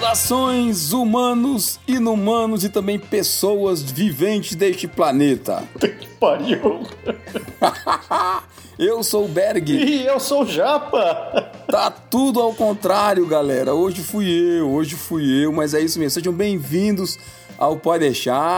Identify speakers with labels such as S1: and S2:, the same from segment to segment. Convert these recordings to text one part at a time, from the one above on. S1: Nações, humanos, inumanos e também pessoas viventes deste planeta.
S2: Puta que pariu.
S1: Eu sou o Berg.
S2: E eu sou o Japa.
S1: Tá tudo ao contrário, galera. Hoje fui eu, hoje fui eu, mas é isso mesmo. Sejam bem-vindos ao Pode Deixar.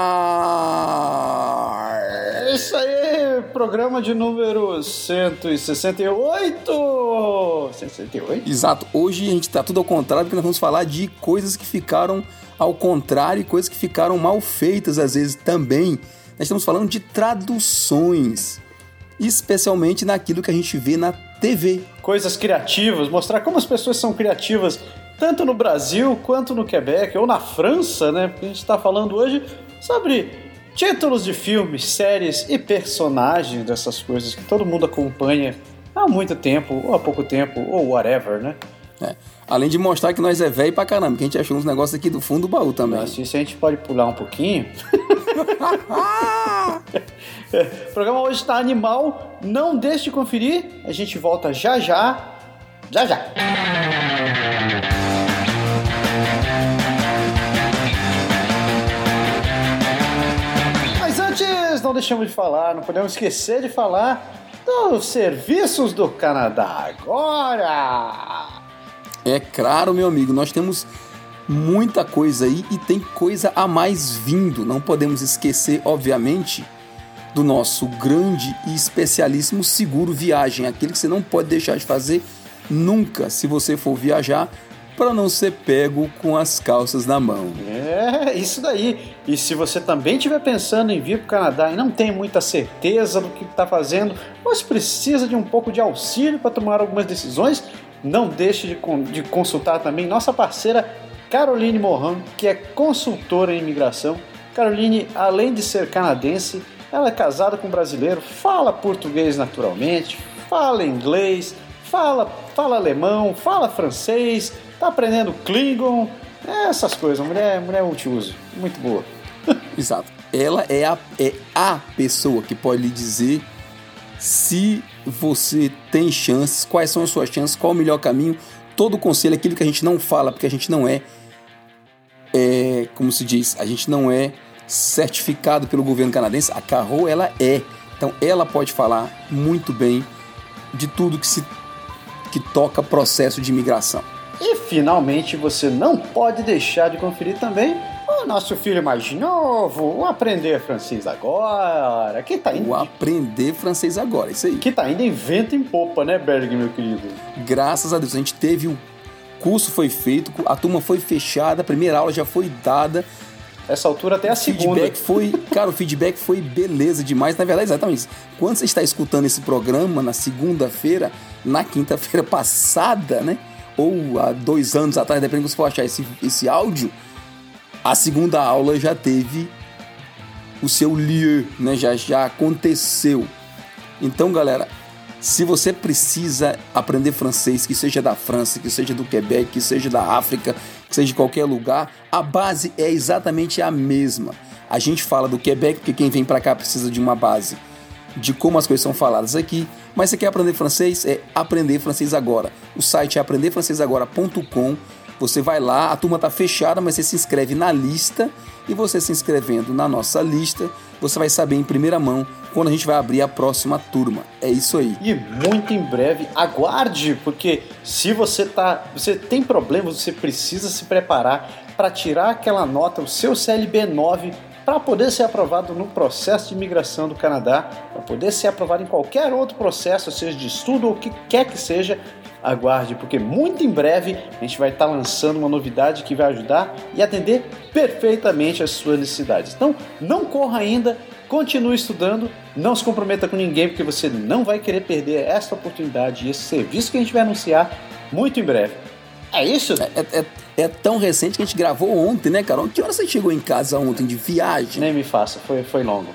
S2: É isso aí, programa de número 168. 168?
S1: Exato. Hoje a gente tá tudo ao contrário porque nós vamos falar de coisas que ficaram ao contrário e coisas que ficaram mal feitas às vezes também. Nós estamos falando de traduções, especialmente naquilo que a gente vê na TV.
S2: Coisas criativas, mostrar como as pessoas são criativas, tanto no Brasil quanto no Quebec ou na França, né? Porque a gente está falando hoje sobre títulos de filmes, séries e personagens dessas coisas que todo mundo acompanha há muito tempo, ou há pouco tempo, ou whatever, né?
S1: né? Além de mostrar que nós é velho pra caramba, que a gente achou uns negócios aqui do fundo do baú também.
S2: Nossa, isso Então, a gente pode pular um pouquinho. O programa hoje está animal, não deixe de conferir. A gente volta já já. Já já. Mas antes, não deixamos de falar, não podemos esquecer de falar dos serviços do Canadá agora.
S1: É claro, meu amigo, nós temos muita coisa aí e tem coisa a mais vindo. Não podemos esquecer, obviamente, do nosso grande e especialíssimo seguro viagem, aquele que você não pode deixar de fazer nunca se você for viajar para não ser pego com as calças na mão.
S2: É, isso daí. E se você também estiver pensando em vir para o Canadá e não tem muita certeza do que está fazendo, mas precisa de um pouco de auxílio para tomar algumas decisões, não deixe de, con- de consultar também nossa parceira Caroline Moran, que é consultora em imigração. Caroline, além de ser canadense, ela é casada com um brasileiro, fala português naturalmente, fala inglês, fala, fala alemão, fala francês, tá aprendendo Klingon, essas coisas. Mulher, mulher multiuso, muito boa.
S1: Exato. Ela é a, é a pessoa que pode lhe dizer se você tem chances, quais são as suas chances, qual o melhor caminho. Todo o conselho, é aquilo que a gente não fala, porque a gente não é, é como se diz, a gente não é certificado pelo governo canadense. A Carro, ela é. Então, ela pode falar muito bem de tudo que se que toca processo de imigração.
S2: E finalmente você não pode deixar de conferir também o nosso filho mais novo, o Aprender Francês Agora, que tá
S1: O
S2: indo,
S1: aprender francês agora, é isso aí.
S2: que tá indo em vento em popa, né, Berg, meu querido?
S1: graças a Deus. A gente teve o curso foi feito, a turma foi fechada, a primeira aula já foi dada,
S2: Essa altura até é a segunda.
S1: feedback foi, cara, o feedback foi beleza demais, na verdade, exatamente isso. Quando você está escutando esse programa na segunda-feira, na quinta-feira passada, né? Ou há dois anos atrás, dependendo de você for achar esse, esse áudio, a segunda aula já teve o seu lieu, né? Já, já aconteceu. Então, galera, se você precisa aprender francês, que seja da França, que seja do Quebec, que seja da África, que seja de qualquer lugar, a base é exatamente a mesma. A gente fala do Quebec porque quem vem pra cá precisa de uma base de como as coisas são faladas aqui. Mas você quer aprender francês? É aprender francês agora. O site é aprenderfrancesagora.com. Você vai lá, a turma tá fechada, mas você se inscreve na lista e você se inscrevendo na nossa lista, você vai saber em primeira mão quando a gente vai abrir a próxima turma. É isso aí.
S2: E muito em breve, aguarde, porque se você tá, você tem problemas, você precisa se preparar para tirar aquela nota, o seu CLB9, para poder ser aprovado no processo de imigração do Canadá, para poder ser aprovado em qualquer outro processo, seja de estudo ou o que quer que seja. Aguarde, porque muito em breve a gente vai estar lançando uma novidade que vai ajudar e atender perfeitamente as suas necessidades. Então, não corra ainda, continue estudando, não se comprometa com ninguém, porque você não vai querer perder essa oportunidade e esse serviço que a gente vai anunciar muito em breve. É isso?
S1: É, é- é tão recente que a gente gravou ontem, né, Carol? Que hora você chegou em casa ontem de viagem?
S2: Nem me faça, foi, foi longo.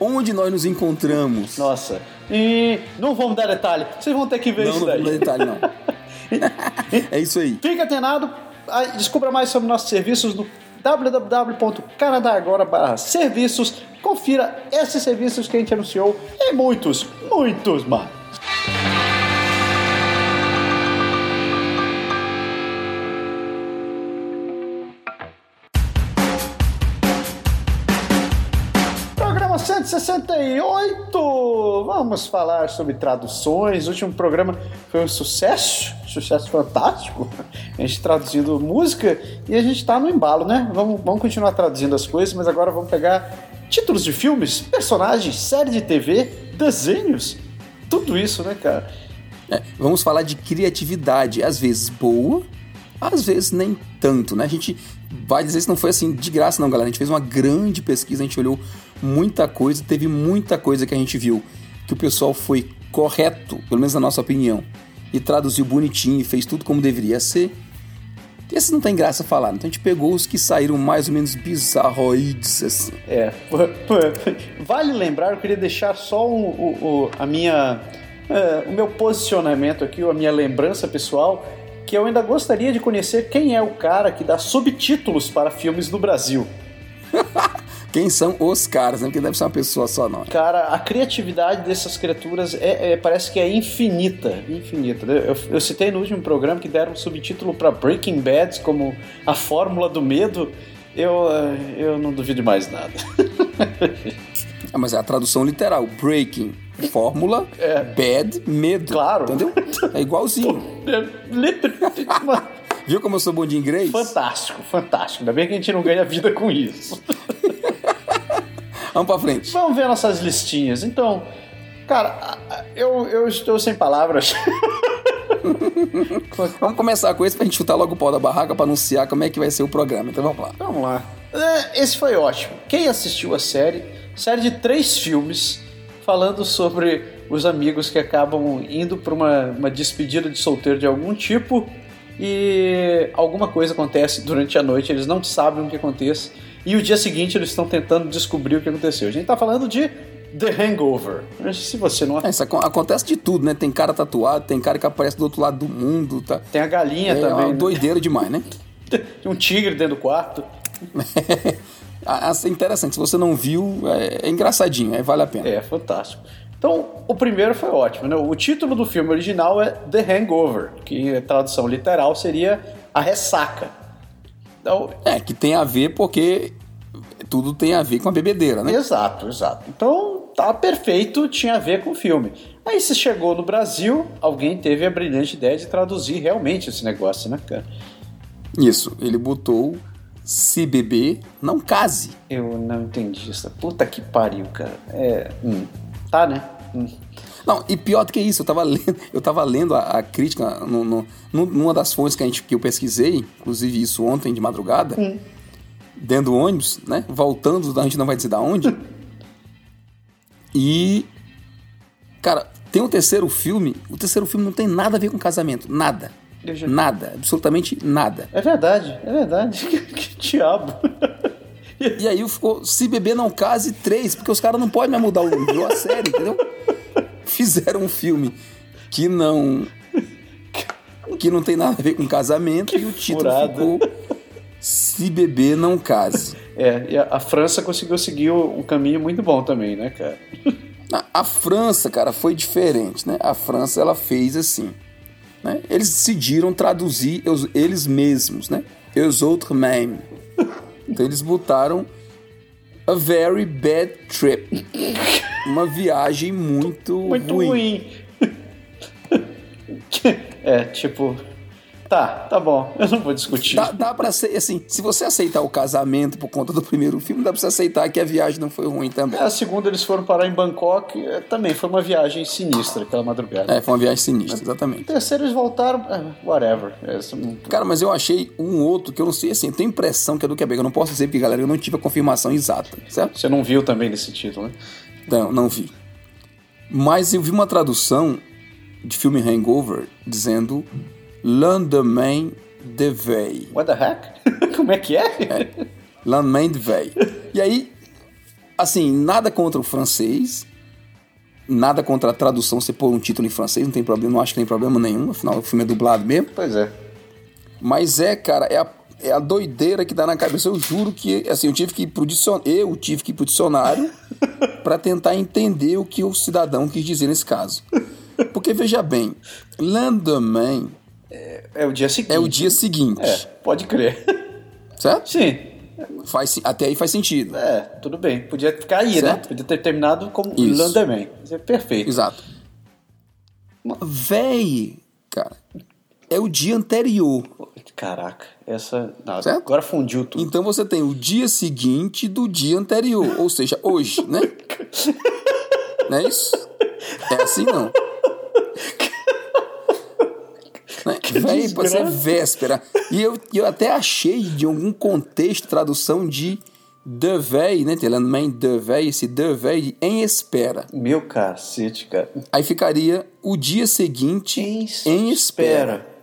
S1: Onde nós nos encontramos?
S2: Nossa. E não vamos dar detalhe, vocês vão ter que ver
S1: não,
S2: isso
S1: não
S2: daí.
S1: vou dar detalhe, não. é isso aí.
S2: Fique atenado, ah, descubra mais sobre nossos serviços no www.canadagora/serviços. Confira esses serviços que a gente anunciou e muitos, muitos mais. 968! Vamos falar sobre traduções. O último programa foi um sucesso, sucesso fantástico. A gente traduzindo música e a gente tá no embalo, né? Vamos, vamos continuar traduzindo as coisas, mas agora vamos pegar títulos de filmes, personagens, série de TV, desenhos. Tudo isso, né, cara?
S1: É, vamos falar de criatividade, às vezes boa, às vezes nem tanto, né? A gente vai dizer que não foi assim de graça, não, galera. A gente fez uma grande pesquisa, a gente olhou muita coisa, teve muita coisa que a gente viu que o pessoal foi correto, pelo menos na nossa opinião, e traduziu bonitinho, e fez tudo como deveria ser. Esses não tem graça falar, então a gente pegou os que saíram mais ou menos bizarroides, assim.
S2: É, vale lembrar, eu queria deixar só o, o- o- a minha, eh, o meu posicionamento aqui, ou a minha lembrança pessoal, que eu ainda gostaria de conhecer quem é o cara que dá subtítulos para filmes no Brasil.
S1: Quem são os caras, né? Porque deve ser uma pessoa só, não.
S2: Cara, a criatividade dessas criaturas é, é- parece que é infinita, infinita. né? Eu, eu citei no último programa que deram um subtítulo para Breaking Bad como a fórmula do medo. Eu, eh, eu não duvido de mais nada.
S1: Ah, mas é a tradução literal, breaking, fórmula, bad, medo.
S2: É. Claro.
S1: Entendeu? É igualzinho.
S2: É, literal- uma-
S1: Viu como eu sou bom de inglês?
S2: Fantástico, fantástico. Ainda bem que a gente não ganha vida com isso.
S1: Vamos pra frente.
S2: Vamos ver nossas listinhas. Então, cara, a- a- eu, eu estou sem palavras.
S1: Vamos começar com esse pra gente chutar logo o pau da barraca pra anunciar como é que vai ser o programa. Então vamos lá.
S2: Vamos lá. É, Esse foi ótimo. Quem assistiu a série, série de três filmes, falando sobre os amigos que acabam indo para uma, uma despedida de solteiro de algum tipo e alguma coisa acontece durante a noite, eles não sabem o que acontece e o dia seguinte eles estão tentando descobrir o que aconteceu. A gente tá falando de The Hangover. Mas Se você não
S1: É, isso acon- acontece de tudo, né? Tem cara tatuado, tem cara que aparece do outro lado do mundo, tá?
S2: tem a galinha
S1: É
S2: também,
S1: uma
S2: né?
S1: doideira demais, né?
S2: um tigre dentro do quarto.
S1: Ah, ah, é interessante, se você não viu, é, é engraçadinho, é, vale a pena.
S2: É, fantástico. Então, o primeiro foi ótimo, né? O título do filme original é The Hangover, que a tradução literal seria A Ressaca. Então,
S1: É, que tem a ver porque tudo tem a ver com a bebedeira, né?
S2: exato, exato. Então, tá perfeito, tinha a ver com o filme. Aí, se chegou no Brasil, alguém teve a brilhante ideia de traduzir realmente esse negócio, né, cara?
S1: Isso, ele botou se beber, não case.
S2: Eu não entendi isso. Puta que pariu, cara. É. hum, Tá, né? Hum.
S1: Não, e pior do que isso, eu tava lendo, eu tava lendo a, a crítica no- no- nu- numa das fontes que, a gente, que eu pesquisei, inclusive isso ontem de madrugada, dentro do ônibus, né? Voltando, a gente não vai dizer da onde. e. Cara, tem o terceiro filme. O terceiro filme não tem nada a ver com casamento. Nada.
S2: Eu já-
S1: Nada. Absolutamente nada.
S2: É verdade, é verdade. que diabo.
S1: E aí ficou Se Beber Não Case 3, porque os caras não podem mais mudar o nome, virou a série, entendeu? Fizeram um filme que não. que não tem nada a ver com casamento e o título
S2: furada.
S1: ficou Se Beber Não Case.
S2: É, e a, a França conseguiu seguir um caminho muito bom também, né, cara?
S1: A- A França, cara, foi diferente, né? A França, ela fez assim. né? Eles decidiram traduzir os- eles mesmos, né? Os autres mêmes. Então eles botaram A Very Bad Trip. Uma viagem muito,
S2: Muito
S1: ruim.
S2: ruim. é, tipo. Tá, tá bom, eu não vou discutir.
S1: Dá, dá pra ser, assim, se você aceitar o casamento por conta do primeiro filme, dá pra você aceitar que a viagem não foi ruim também.
S2: É, A segunda eles foram parar em Bangkok, é, também foi uma viagem sinistra aquela madrugada.
S1: É, foi uma viagem sinistra,
S2: O
S1: exatamente.
S2: terceiro eles voltaram, é, whatever. É, isso não-
S1: Cara, mas eu achei um outro que eu não sei, assim, eu tenho impressão que é do Quebec, eu não posso dizer porque, galera, eu não tive a confirmação exata, certo?
S2: Você não viu também nesse título, né?
S1: Não, não vi. Mas eu vi uma tradução de filme Hangover dizendo Landemain de Vey.
S2: What the heck? Como é que é?
S1: Landemain de Vey. E aí, assim, nada contra o francês, nada contra a tradução, você pôr um título em francês, não tem problema, não acho que tem problema nenhum, afinal o filme é dublado mesmo.
S2: Pois é.
S1: Mas é, cara, é a, é a doideira que dá na cabeça. Eu juro que, assim, eu tive que ir pro dicionário, eu tive que ir pro dicionário pra tentar entender o que o cidadão quis dizer nesse caso. Porque, veja bem, lendemain
S2: É o dia seguinte.
S1: é o dia seguinte,
S2: É, pode crer.
S1: certo?
S2: Sim.
S1: Faz, até aí faz sentido.
S2: É, tudo bem. Podia ficar aí,
S1: Certo.
S2: né? Podia ter terminado como
S1: Isso.
S2: Landerman. Isso é perfeito.
S1: Exato. Véi, cara, é o dia anterior.
S2: Caraca, essa. não,
S1: Certo?
S2: agora fundiu tudo.
S1: Então você tem o dia seguinte do dia anterior, ou seja, hoje, né? Não é isso? É assim não. Né? Véi, pode ser
S2: desgraça.
S1: véspera. E eu, eu até achei de algum contexto tradução de The Véi, né? Tem lá no main The Véi, esse The Véi de em espera.
S2: Meu cacete, cara.
S1: Aí ficaria o dia seguinte
S2: Em,
S1: em espera.
S2: espera.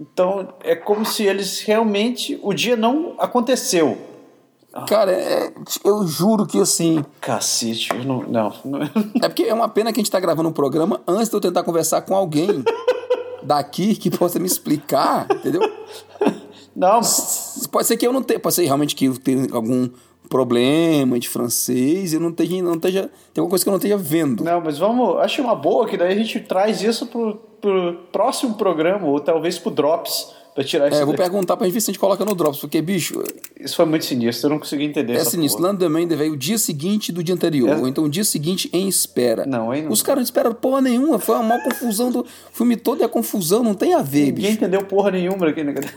S2: Então é como se eles realmente. O dia não aconteceu.
S1: Cara, é- eu juro que assim.
S2: Cacete, eu não. Não.
S1: É porque é uma pena que a gente tá gravando um programa antes de eu tentar conversar com alguém daqui que possa me explicar, entendeu?
S2: Não,
S1: Pode ser que eu não tenha. Pode ser realmente que eu tenha algum problema de francês e eu não esteja. Não esteja tem alguma coisa que eu não esteja vendo.
S2: não mas vamos. Acho uma boa que daí a gente traz isso pro, pro próximo programa, ou talvez pro Drops, pra tirar
S1: É,
S2: isso.
S1: eu vou
S2: daqui.
S1: perguntar pra gente ver se a gente coloca no Drops, porque, bicho,
S2: Isso foi muito sinistro, eu não consegui entender
S1: é
S2: essa
S1: sinistro.
S2: porra.
S1: Landerman veio o dia seguinte do dia anterior,
S2: É.
S1: ou então o dia seguinte em espera.
S2: Não, hein? não.
S1: Os caras não esperaram porra nenhuma, foi uma maior confusão do filme todo e a confusão não tem a ver,
S2: Ninguém
S1: é, bicho.
S2: entendeu porra nenhuma aqui, né? cara?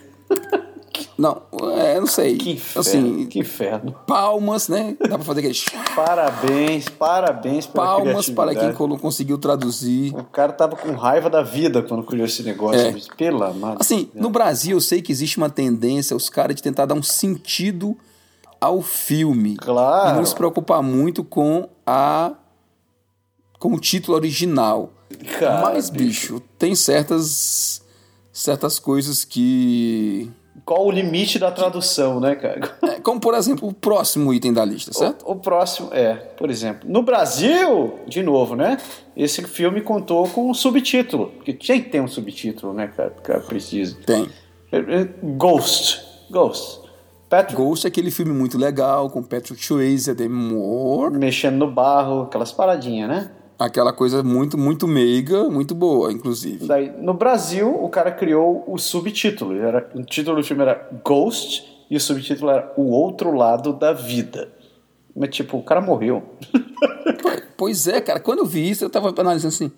S1: Não, é, não sei.
S2: Ah, Que inferno.
S1: assim,
S2: que inferno.
S1: palmas, né? Dá pra fazer aquele
S2: Parabéns, parabéns pela
S1: palmas para quem
S2: criatividade.
S1: colo- conseguiu traduzir.
S2: O cara tava com raiva da vida quando criou esse negócio.
S1: É.
S2: mas Pela amada.
S1: Assim, no Brasil eu sei que existe uma tendência os caras de tentar dar um sentido ao filme e
S2: Claro.
S1: não se preocupar muito com a com o título original.
S2: Cara,
S1: Mas bicho, tem certas certas coisas que
S2: Qual o limite da tradução, né, cara?
S1: É, como por exemplo, o próximo item da lista, certo?
S2: O, o próximo é, por exemplo, no Brasil, de novo, né? Esse filme contou com um subtítulo. Porque tinha que ter um subtítulo, né, cara? Porque cara precisa.
S1: Tem.
S2: É, é, Ghost. Ghost. Patrick
S1: Ghost é aquele filme muito legal com Patrick Swayze, Demi Moore,
S2: mexendo no barro, aquelas paradinhas, né?
S1: aquela coisa muito muito meiga, muito boa, inclusive.
S2: Daí, no Brasil, o cara criou o subtítulo. Era, o título do filme era Ghost e o subtítulo era O Outro Lado da Vida. Mas, tipo, o cara morreu.
S1: Pois é, cara, quando eu vi isso, eu tava analisando assim,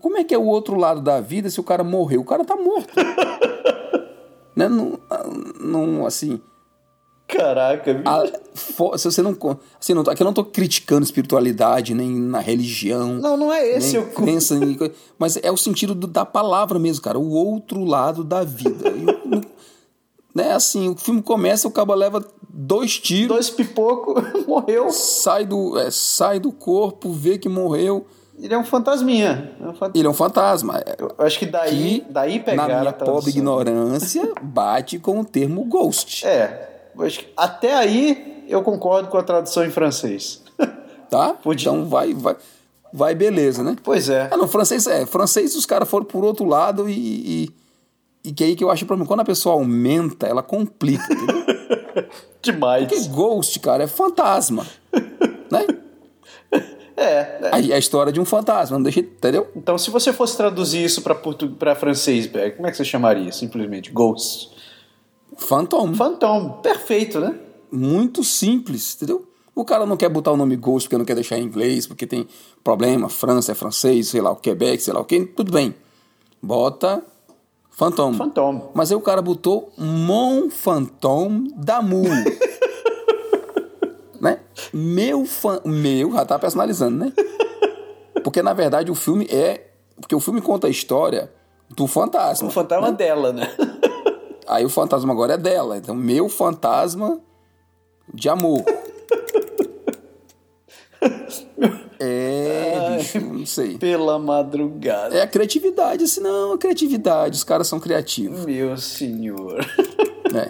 S1: como é que é o outro lado da vida se o cara morreu? O cara tá morto. né? não, não, assim,
S2: Caraca, bicho.
S1: a- fo- se você não, con- assim, não, tô- aqui eu não tô criticando espiritualidade, nem na religião,
S2: Não, não é esse
S1: nem
S2: o. cu-
S1: crença em coi- Mas é o sentido do- da palavra mesmo, cara. O outro lado da vida. E o- no- né, assim, o filme começa, o cabo leva dois tiros,
S2: Dois pipoco morreu.
S1: Sai, do, é, sai do corpo, vê que morreu.
S2: Ele é um fantasminha. É um fant-
S1: Ele é um fantasma. É,
S2: Eu acho que daí,
S1: Que,
S2: daí
S1: Na
S2: pegaram
S1: minha
S2: a
S1: pobre
S2: tradução.
S1: ignorância, bate com o termo ghost,
S2: É. eu acho que até aí eu concordo com a tradução em francês.
S1: tá?
S2: Podia-
S1: Então vai, vai, vai beleza, né?
S2: Pois é.
S1: Ah, não, francês é. Francês os caras foram por outro lado e, e, e que é aí que eu acho o problema. Quando a pessoa aumenta, ela complica, entendeu? Porque
S2: Demais.
S1: ghost, cara, é fantasma. né?
S2: É,
S1: A, a história de um fantasma, não deixa, entendeu?
S2: Então, se você fosse traduzir isso pra portu- pra francês, Beck, como é que você chamaria? Simplesmente Ghost.
S1: Phantom.
S2: Phantom, perfeito, né?
S1: Muito simples, entendeu? O cara não quer botar o nome ghost porque não quer deixar em inglês, porque tem problema, França é francês, sei lá, o Quebec, sei lá o quê, tudo bem. Bota Phantom.
S2: Phantom.
S1: Mas aí o cara botou Mon Phantom Damu. né? Meu fan... Meu, já tá personalizando, né? Porque na verdade o filme é. Porque o filme conta a história do fantasma.
S2: O fantasma dela, né?
S1: Aí o fantasma agora é dela. Então, meu fantasma de amor. é, bicho, não sei.
S2: Pela madrugada.
S1: É a criatividade, assim, não, a criatividade. Os caras são criativos.
S2: Meu senhor.
S1: né?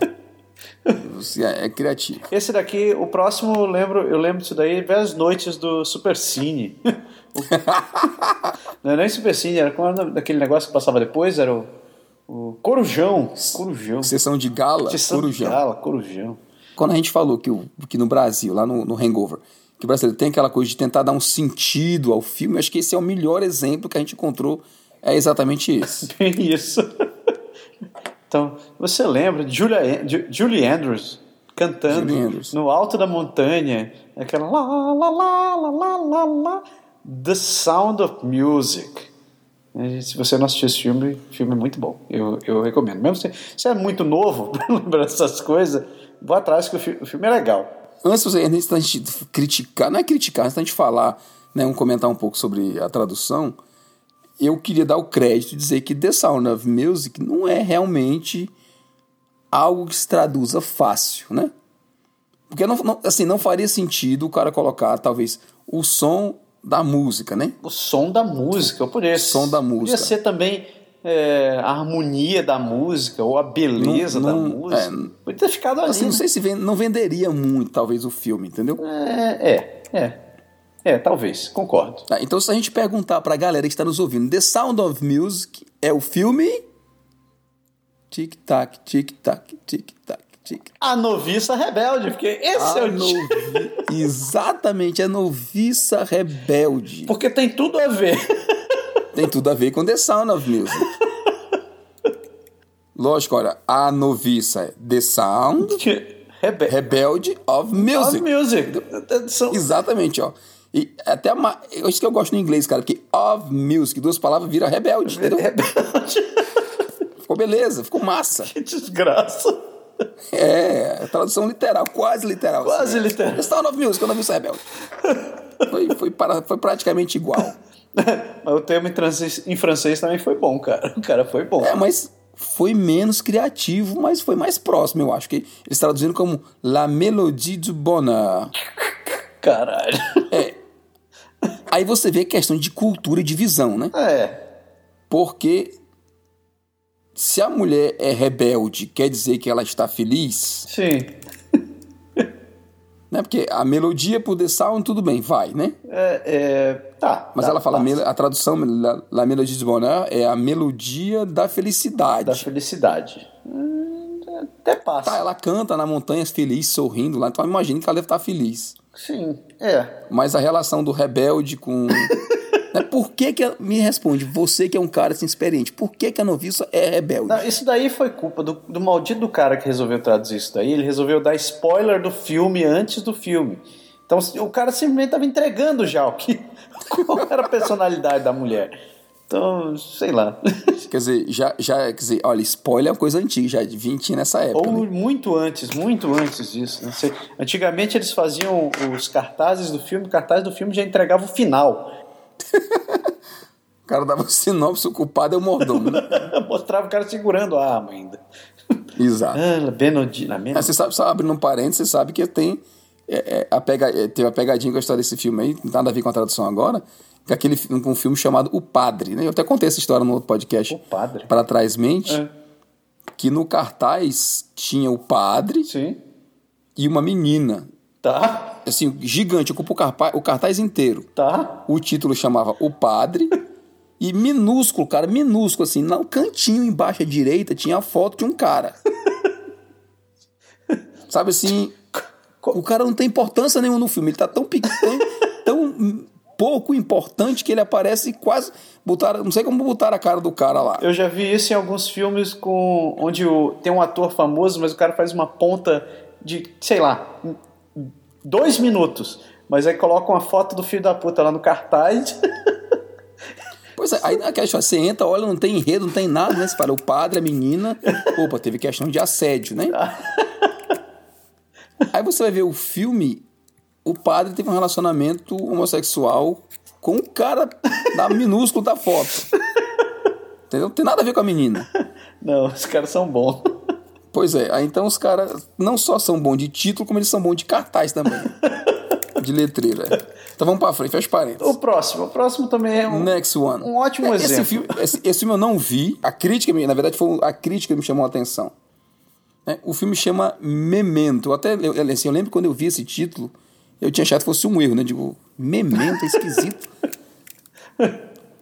S1: Assim, É, é criativo.
S2: Esse daqui, o próximo, eu lembro, eu lembro disso daí, várias noites do Supercine. Não era nem Supercine, era como era o nome daquele negócio que passava depois, era o, o Corujão. Corujão.
S1: Sessão de gala,
S2: Sessão de
S1: corujão.
S2: gala, Corujão.
S1: Quando a gente falou que, o- que no Brasil, lá no, no Hangover, que o brasileiro tem aquela coisa de tentar dar um sentido ao filme, eu acho que esse é o melhor exemplo que a gente encontrou. É exatamente esse.
S2: Bem isso. Então, você lembra de Julia, An- Ju- Julie Andrews? cantando
S1: Jimi Hendrix.
S2: no alto da montanha, aquela lá, lá, lá, lá, lá, lá, lá, The Sound of Music. E Se você não assistiu esse filme, o filme é muito bom. Eu, eu recomendo. Mesmo se você é muito novo para lembrar essas coisas, vá atrás que o fi- o filme é legal.
S1: Antes, você- antes da gente criticar, não é criticar, antes da gente falar, né, um comentar um pouco sobre a tradução, eu queria dar o crédito e dizer que The Sound of Music não é realmente algo que se traduza fácil, né? Porque não, não- assim, não faria sentido o cara colocar, talvez, o som da música, né?
S2: O som da música, eu poderia
S1: Som da música.
S2: Podia ser também é, a harmonia da música ou a beleza
S1: Não-
S2: da
S1: não-
S2: música. Podia ter ficado ali.
S1: Assim, não
S2: né?
S1: sei se ven- não venderia muito, talvez, o filme, entendeu?
S2: É, é, é. É, talvez, concordo.
S1: Tá, então, se a gente perguntar pra galera que está nos ouvindo, The Sound of Music é o filme. Tic-tac, tic-tac, tic-tac, tic-tac.
S2: A noviça rebelde, porque esse é
S1: A
S2: o título.
S1: novi- Exatamente, é Noviça Rebelde.
S2: Porque tem tudo a ver.
S1: Tem tudo a ver com The Sound of Music. Lógico, olha, a noviça é The Sound
S2: Rebelde.
S1: Rebelde of Music.
S2: music. São-
S1: Exatamente, ó. E até a ma... eu acho que eu gosto no inglês, cara, porque of music, duas palavras vira rebelde, entendeu?
S2: Rebelde.
S1: Ficou beleza, ficou massa.
S2: Que desgraça.
S1: É, tradução literal, quase literal. Assim,
S2: Quase literal.
S1: The Sound of Music, quando eu vi isso, Rebelde. Foi, foi, para- foi praticamente igual.
S2: Mas o termo em francês, em francês também foi bom, cara. O cara foi bom.
S1: É, mas foi menos criativo, mas foi mais próximo, eu acho. que Eles traduziram como La Mélodie du Bonheur.
S2: Caralho.
S1: Aí você vê a questão de cultura e de visão, né?
S2: É.
S1: Porque se a mulher é rebelde, quer dizer que ela está feliz,
S2: Sim.
S1: né? Porque a melodia por The Sound, tudo bem, vai, né?
S2: É, é, tá.
S1: Mas
S2: tá,
S1: ela fala,
S2: tá.
S1: mel- a tradução, la, la melodia de bonheur, é a melodia da felicidade.
S2: da felicidade. Hum, Até passa.
S1: Tá, ela canta na montanha feliz, sorrindo lá, então imagina que ela deve estar feliz.
S2: Sim, é.
S1: Mas a relação do rebelde com... né? Por que que... a- Me responde, você que é um cara assim, experiente, por que que a noviça é rebelde?
S2: Não, isso daí foi culpa do, do maldito do cara que resolveu traduzir isso daí. Ele resolveu dar spoiler do filme antes do filme. Então se- o cara simplesmente estava entregando já o que qual era a personalidade da mulher. Então, sei lá.
S1: Quer dizer, já, já... Quer dizer, olha, spoiler é uma coisa antiga, já de 20 nessa época. né?
S2: Ou muito antes, muito antes disso. Não sei. Antigamente eles faziam os cartazes do filme, o cartaz do filme já entregava o final.
S1: O cara dava sinopse, o culpado é o mordomo, né?
S2: Mostrava o cara segurando a arma ainda.
S1: Exato.
S2: Ah, la Benodina. la
S1: Mas você sabe, só abrindo um parênteses, você sabe que tem, é, é, a pega, é, tem uma pegadinha com a história desse filme aí, não tem nada a ver com a tradução agora, que é aquele, fi- um filme chamado O Padre, né? Eu até contei essa história no outro podcast.
S2: O Padre?
S1: Para Trás Mente,
S2: É.
S1: que no cartaz tinha o padre
S2: Sim.
S1: e uma menina.
S2: Tá,
S1: Assim, gigante, ocupa o, carpa- o cartaz inteiro.
S2: tá.
S1: O título chamava O Padre. E minúsculo, cara, minúsculo, assim, no cantinho embaixo à direita tinha a foto de um cara. Sabe assim, o cara não tem importância nenhuma no filme, ele tá tão pequeno, tão pouco importante que ele aparece quase. Botaram, não sei como botaram a cara do cara lá.
S2: Eu já vi isso em alguns filmes com onde o- tem um ator famoso, mas o cara faz uma ponta de, sei lá, um- dois minutos. Mas aí coloca uma foto do filho da puta lá no cartaz.
S1: Pois é, aí naquela história, você entra, olha, não tem enredo, não tem nada, né? Você fala, o padre, a menina. Opa, teve questão de assédio, né? Aí você vai ver o filme, o padre teve um relacionamento homossexual com o cara da minúsculo da foto. Entendeu? Não tem nada a ver com a menina.
S2: Não, os caras são bons.
S1: Pois é, aí então os caras não só são bons de título, como eles são bons de cartaz também. De letreira. Então vamos pra frente, fecha parênteses.
S2: O próximo, o próximo também é um.
S1: Next One. É,
S2: Um ótimo
S1: esse
S2: exemplo.
S1: Filme, esse, esse filme eu não vi. A crítica, me- na verdade, foi um, a crítica que me chamou a atenção. Né? O filme chama Memento. Eu Até, eu, eu- assim, eu lembro quando eu vi esse título, eu tinha achado que fosse um erro, né? Digo, Memento, é esquisito.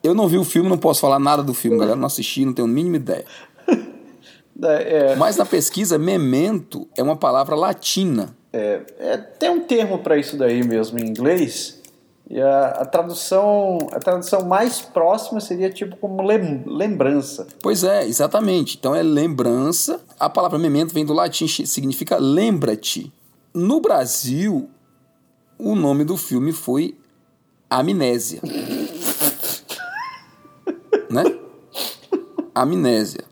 S1: eu não vi o filme, não posso falar nada do filme, galera. Não assisti, não tenho a mínima ideia.
S2: É, é,
S1: Mas na pesquisa, Memento é uma palavra latina.
S2: é, tem um termo pra isso daí mesmo em inglês. E a, a tradução, a tradução mais próxima seria tipo como lem- lembrança.
S1: Pois é, exatamente. Então é lembrança. A palavra memento vem do latim, significa lembra-te. No Brasil, o nome do filme foi Amnésia. né? Amnésia.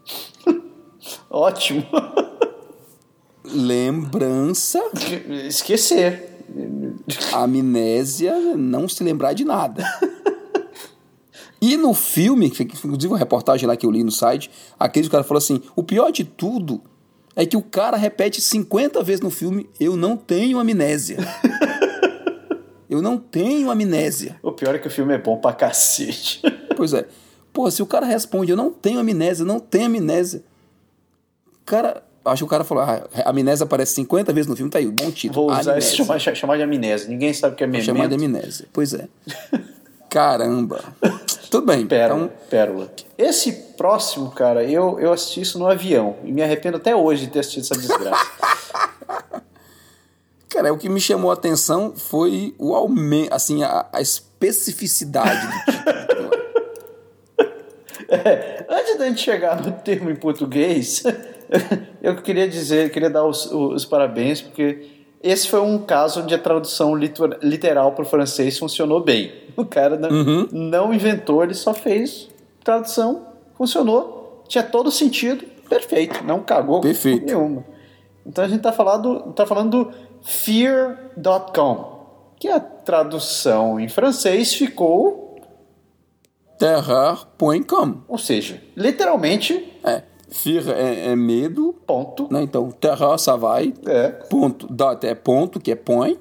S2: Ótimo.
S1: Lembrança,
S2: Esquecer.
S1: amnésia, não se lembrar de nada. E no filme, que- que, inclusive uma reportagem lá que eu li no site, aquele cara falou assim: o pior de tudo é que o cara repete 50 vezes no filme: eu não tenho amnésia. eu não tenho amnésia.
S2: O pior é que o filme é bom pra cacete.
S1: Pois é. Pô, se o cara responde, eu não tenho amnésia, eu não tenho amnésia. O cara. Acho que o cara falou, ah, amnésia aparece 50 vezes no filme, tá aí, bom título.
S2: Vou usar
S1: amnésia.
S2: isso chamar, chamar de amnésia. Ninguém sabe o que é memento.
S1: Chamada amnésia. Pois é. Caramba. Tudo bem.
S2: Pérola,
S1: Então,
S2: pérola. Esse próximo, cara, eu, eu assisti isso no avião. E me arrependo até hoje de ter assistido essa desgraça.
S1: cara, é o que me chamou a atenção foi o aumento, assim, a, a especificidade do título.
S2: É, antes da gente chegar no termo em português, eu queria dizer, queria dar os, os parabéns, porque esse foi um caso onde a tradução litu- literal para o francês funcionou bem. O cara não, não inventou, ele só fez tradução, funcionou, tinha todo sentido, perfeito, não cagou com
S1: Perfeito.
S2: nenhuma. Então a gente está falando, tá falando do fear.com, que a tradução em francês ficou,
S1: Terror.com.
S2: ou seja, literalmente
S1: É. Fear é, é medo,
S2: ponto.
S1: né? Então, terror só vai.
S2: É.
S1: Ponto. Dot é ponto, que é põe.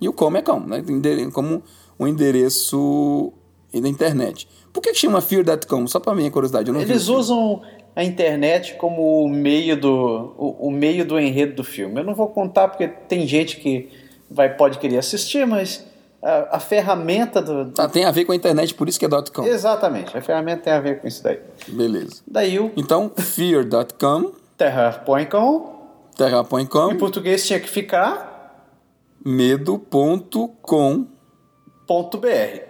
S1: E o com é com, né? Endere- Como um endereço da internet. Por que que chama fear.com? Só pra minha curiosidade. Eu não vi
S2: Eles
S1: o filme.
S2: usam a internet como o meio do o, o meio do enredo do filme. Eu não vou contar porque tem gente que vai pode querer assistir, mas a, a ferramenta do, do-
S1: Ah, tem a ver com a internet, por isso que é dot .com.
S2: exatamente a ferramenta tem a ver com isso daí.
S1: Beleza.
S2: Daí o
S1: Então, fear.com,
S2: terra.com em
S1: terra.com,
S2: português tinha que ficar
S1: medo.com.br.
S2: ponto .br.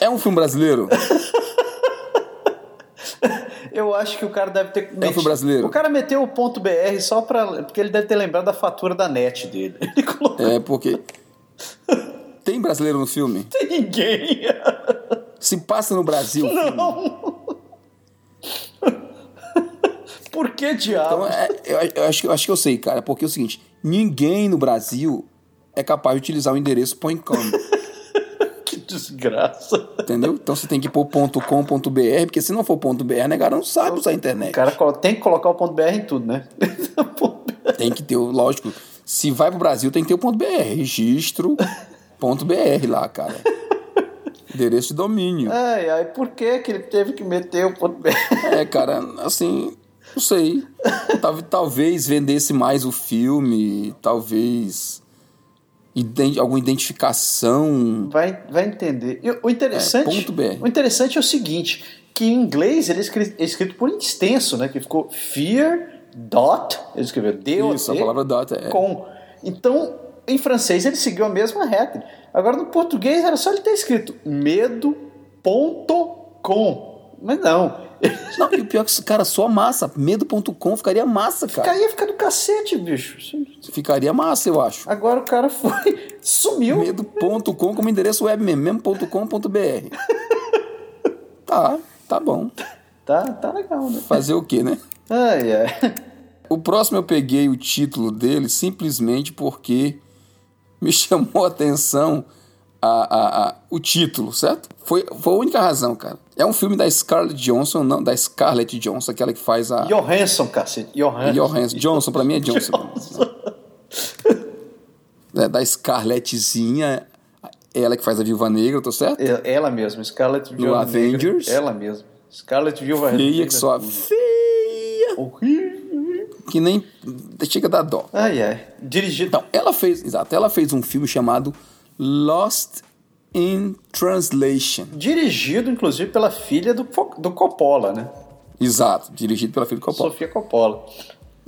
S1: É um filme brasileiro?
S2: Eu acho que o cara deve ter
S1: É um filme brasileiro.
S2: O cara meteu o ponto .br só para porque ele deve ter lembrado da fatura da net dele. Ele colocou
S1: É, porque. Tem brasileiro no filme?
S2: tem ninguém.
S1: Se passa no Brasil.
S2: Por que
S1: Então,
S2: diabo?
S1: é- eu, eu acho, que- eu acho que eu sei, cara, porque é o seguinte: ninguém no Brasil é capaz de utilizar o endereço .com,
S2: Então, Que desgraça.
S1: entendeu? Então você tem que pôr .com.br, porque se não for .br, né, cara, não sabe usar a
S2: O
S1: internet.
S2: cara colo- tem que colocar o ponto .br em tudo, né?
S1: Tem que ter, o- lógico. Se vai pro Brasil, tem que ter o ponto .br. Registro ponto .br lá, cara. Endereço de domínio.
S2: Ai, ai, por que que ele teve que meter o ponto .br?
S1: É, cara, assim, não sei. Tal- talvez vendesse mais o filme, talvez ident- alguma identificação.
S2: Vai, vai entender. E o interessante,
S1: É, ponto .br.
S2: o interessante é o seguinte, que em inglês ele é escrito, é escrito por extenso, né? Que ficou fear dot, ele escreveu D O
S1: Isso, a
S2: T,
S1: palavra data é.
S2: com. Então, em francês ele seguiu a mesma regra. Agora no português era só ele ter escrito medo.com. Mas não,
S1: Não, e o pior é que, isso, cara, só massa. Medo.com ficaria massa, cara.
S2: Ficaria fica do cacete, bicho.
S1: Ficaria massa, eu acho.
S2: Agora o cara foi. Sumiu.
S1: Medo.com como endereço web mesmo, mesmo.com.br. Tá, tá bom.
S2: Tá, tá legal, né?
S1: Fazer o quê, né?
S2: Ai, ai.
S1: O próximo eu peguei o título dele simplesmente porque me chamou a atenção a, a- a- o título, certo? Foi, foi a única razão, cara. É um filme da Scarlett Johnson, não, da Scarlett Johnson, aquela que faz a
S2: Johansson, cacete. Johansson.
S1: Johansson. Johnson, pra mim é Johnson. É, da Scarlettzinha, ela que faz a Viúva Negra, tô certo?
S2: E- É, Ela mesma, Scarlett Viúva. Negra.
S1: Avengers.
S2: Ela mesma. Scarlett Viúva.
S1: Feia
S2: Negra.
S1: que só feia,
S2: Horrível.
S1: que nem chega da dó.
S2: Ai, ai. Dirigido.
S1: Então, ela fez, exato, ela fez um filme chamado Lost in Translation.
S2: Dirigido, inclusive, pela filha do, Fo- do Coppola, né?
S1: Exato, dirigido pela Philip Coppola.
S2: Sofia Coppola.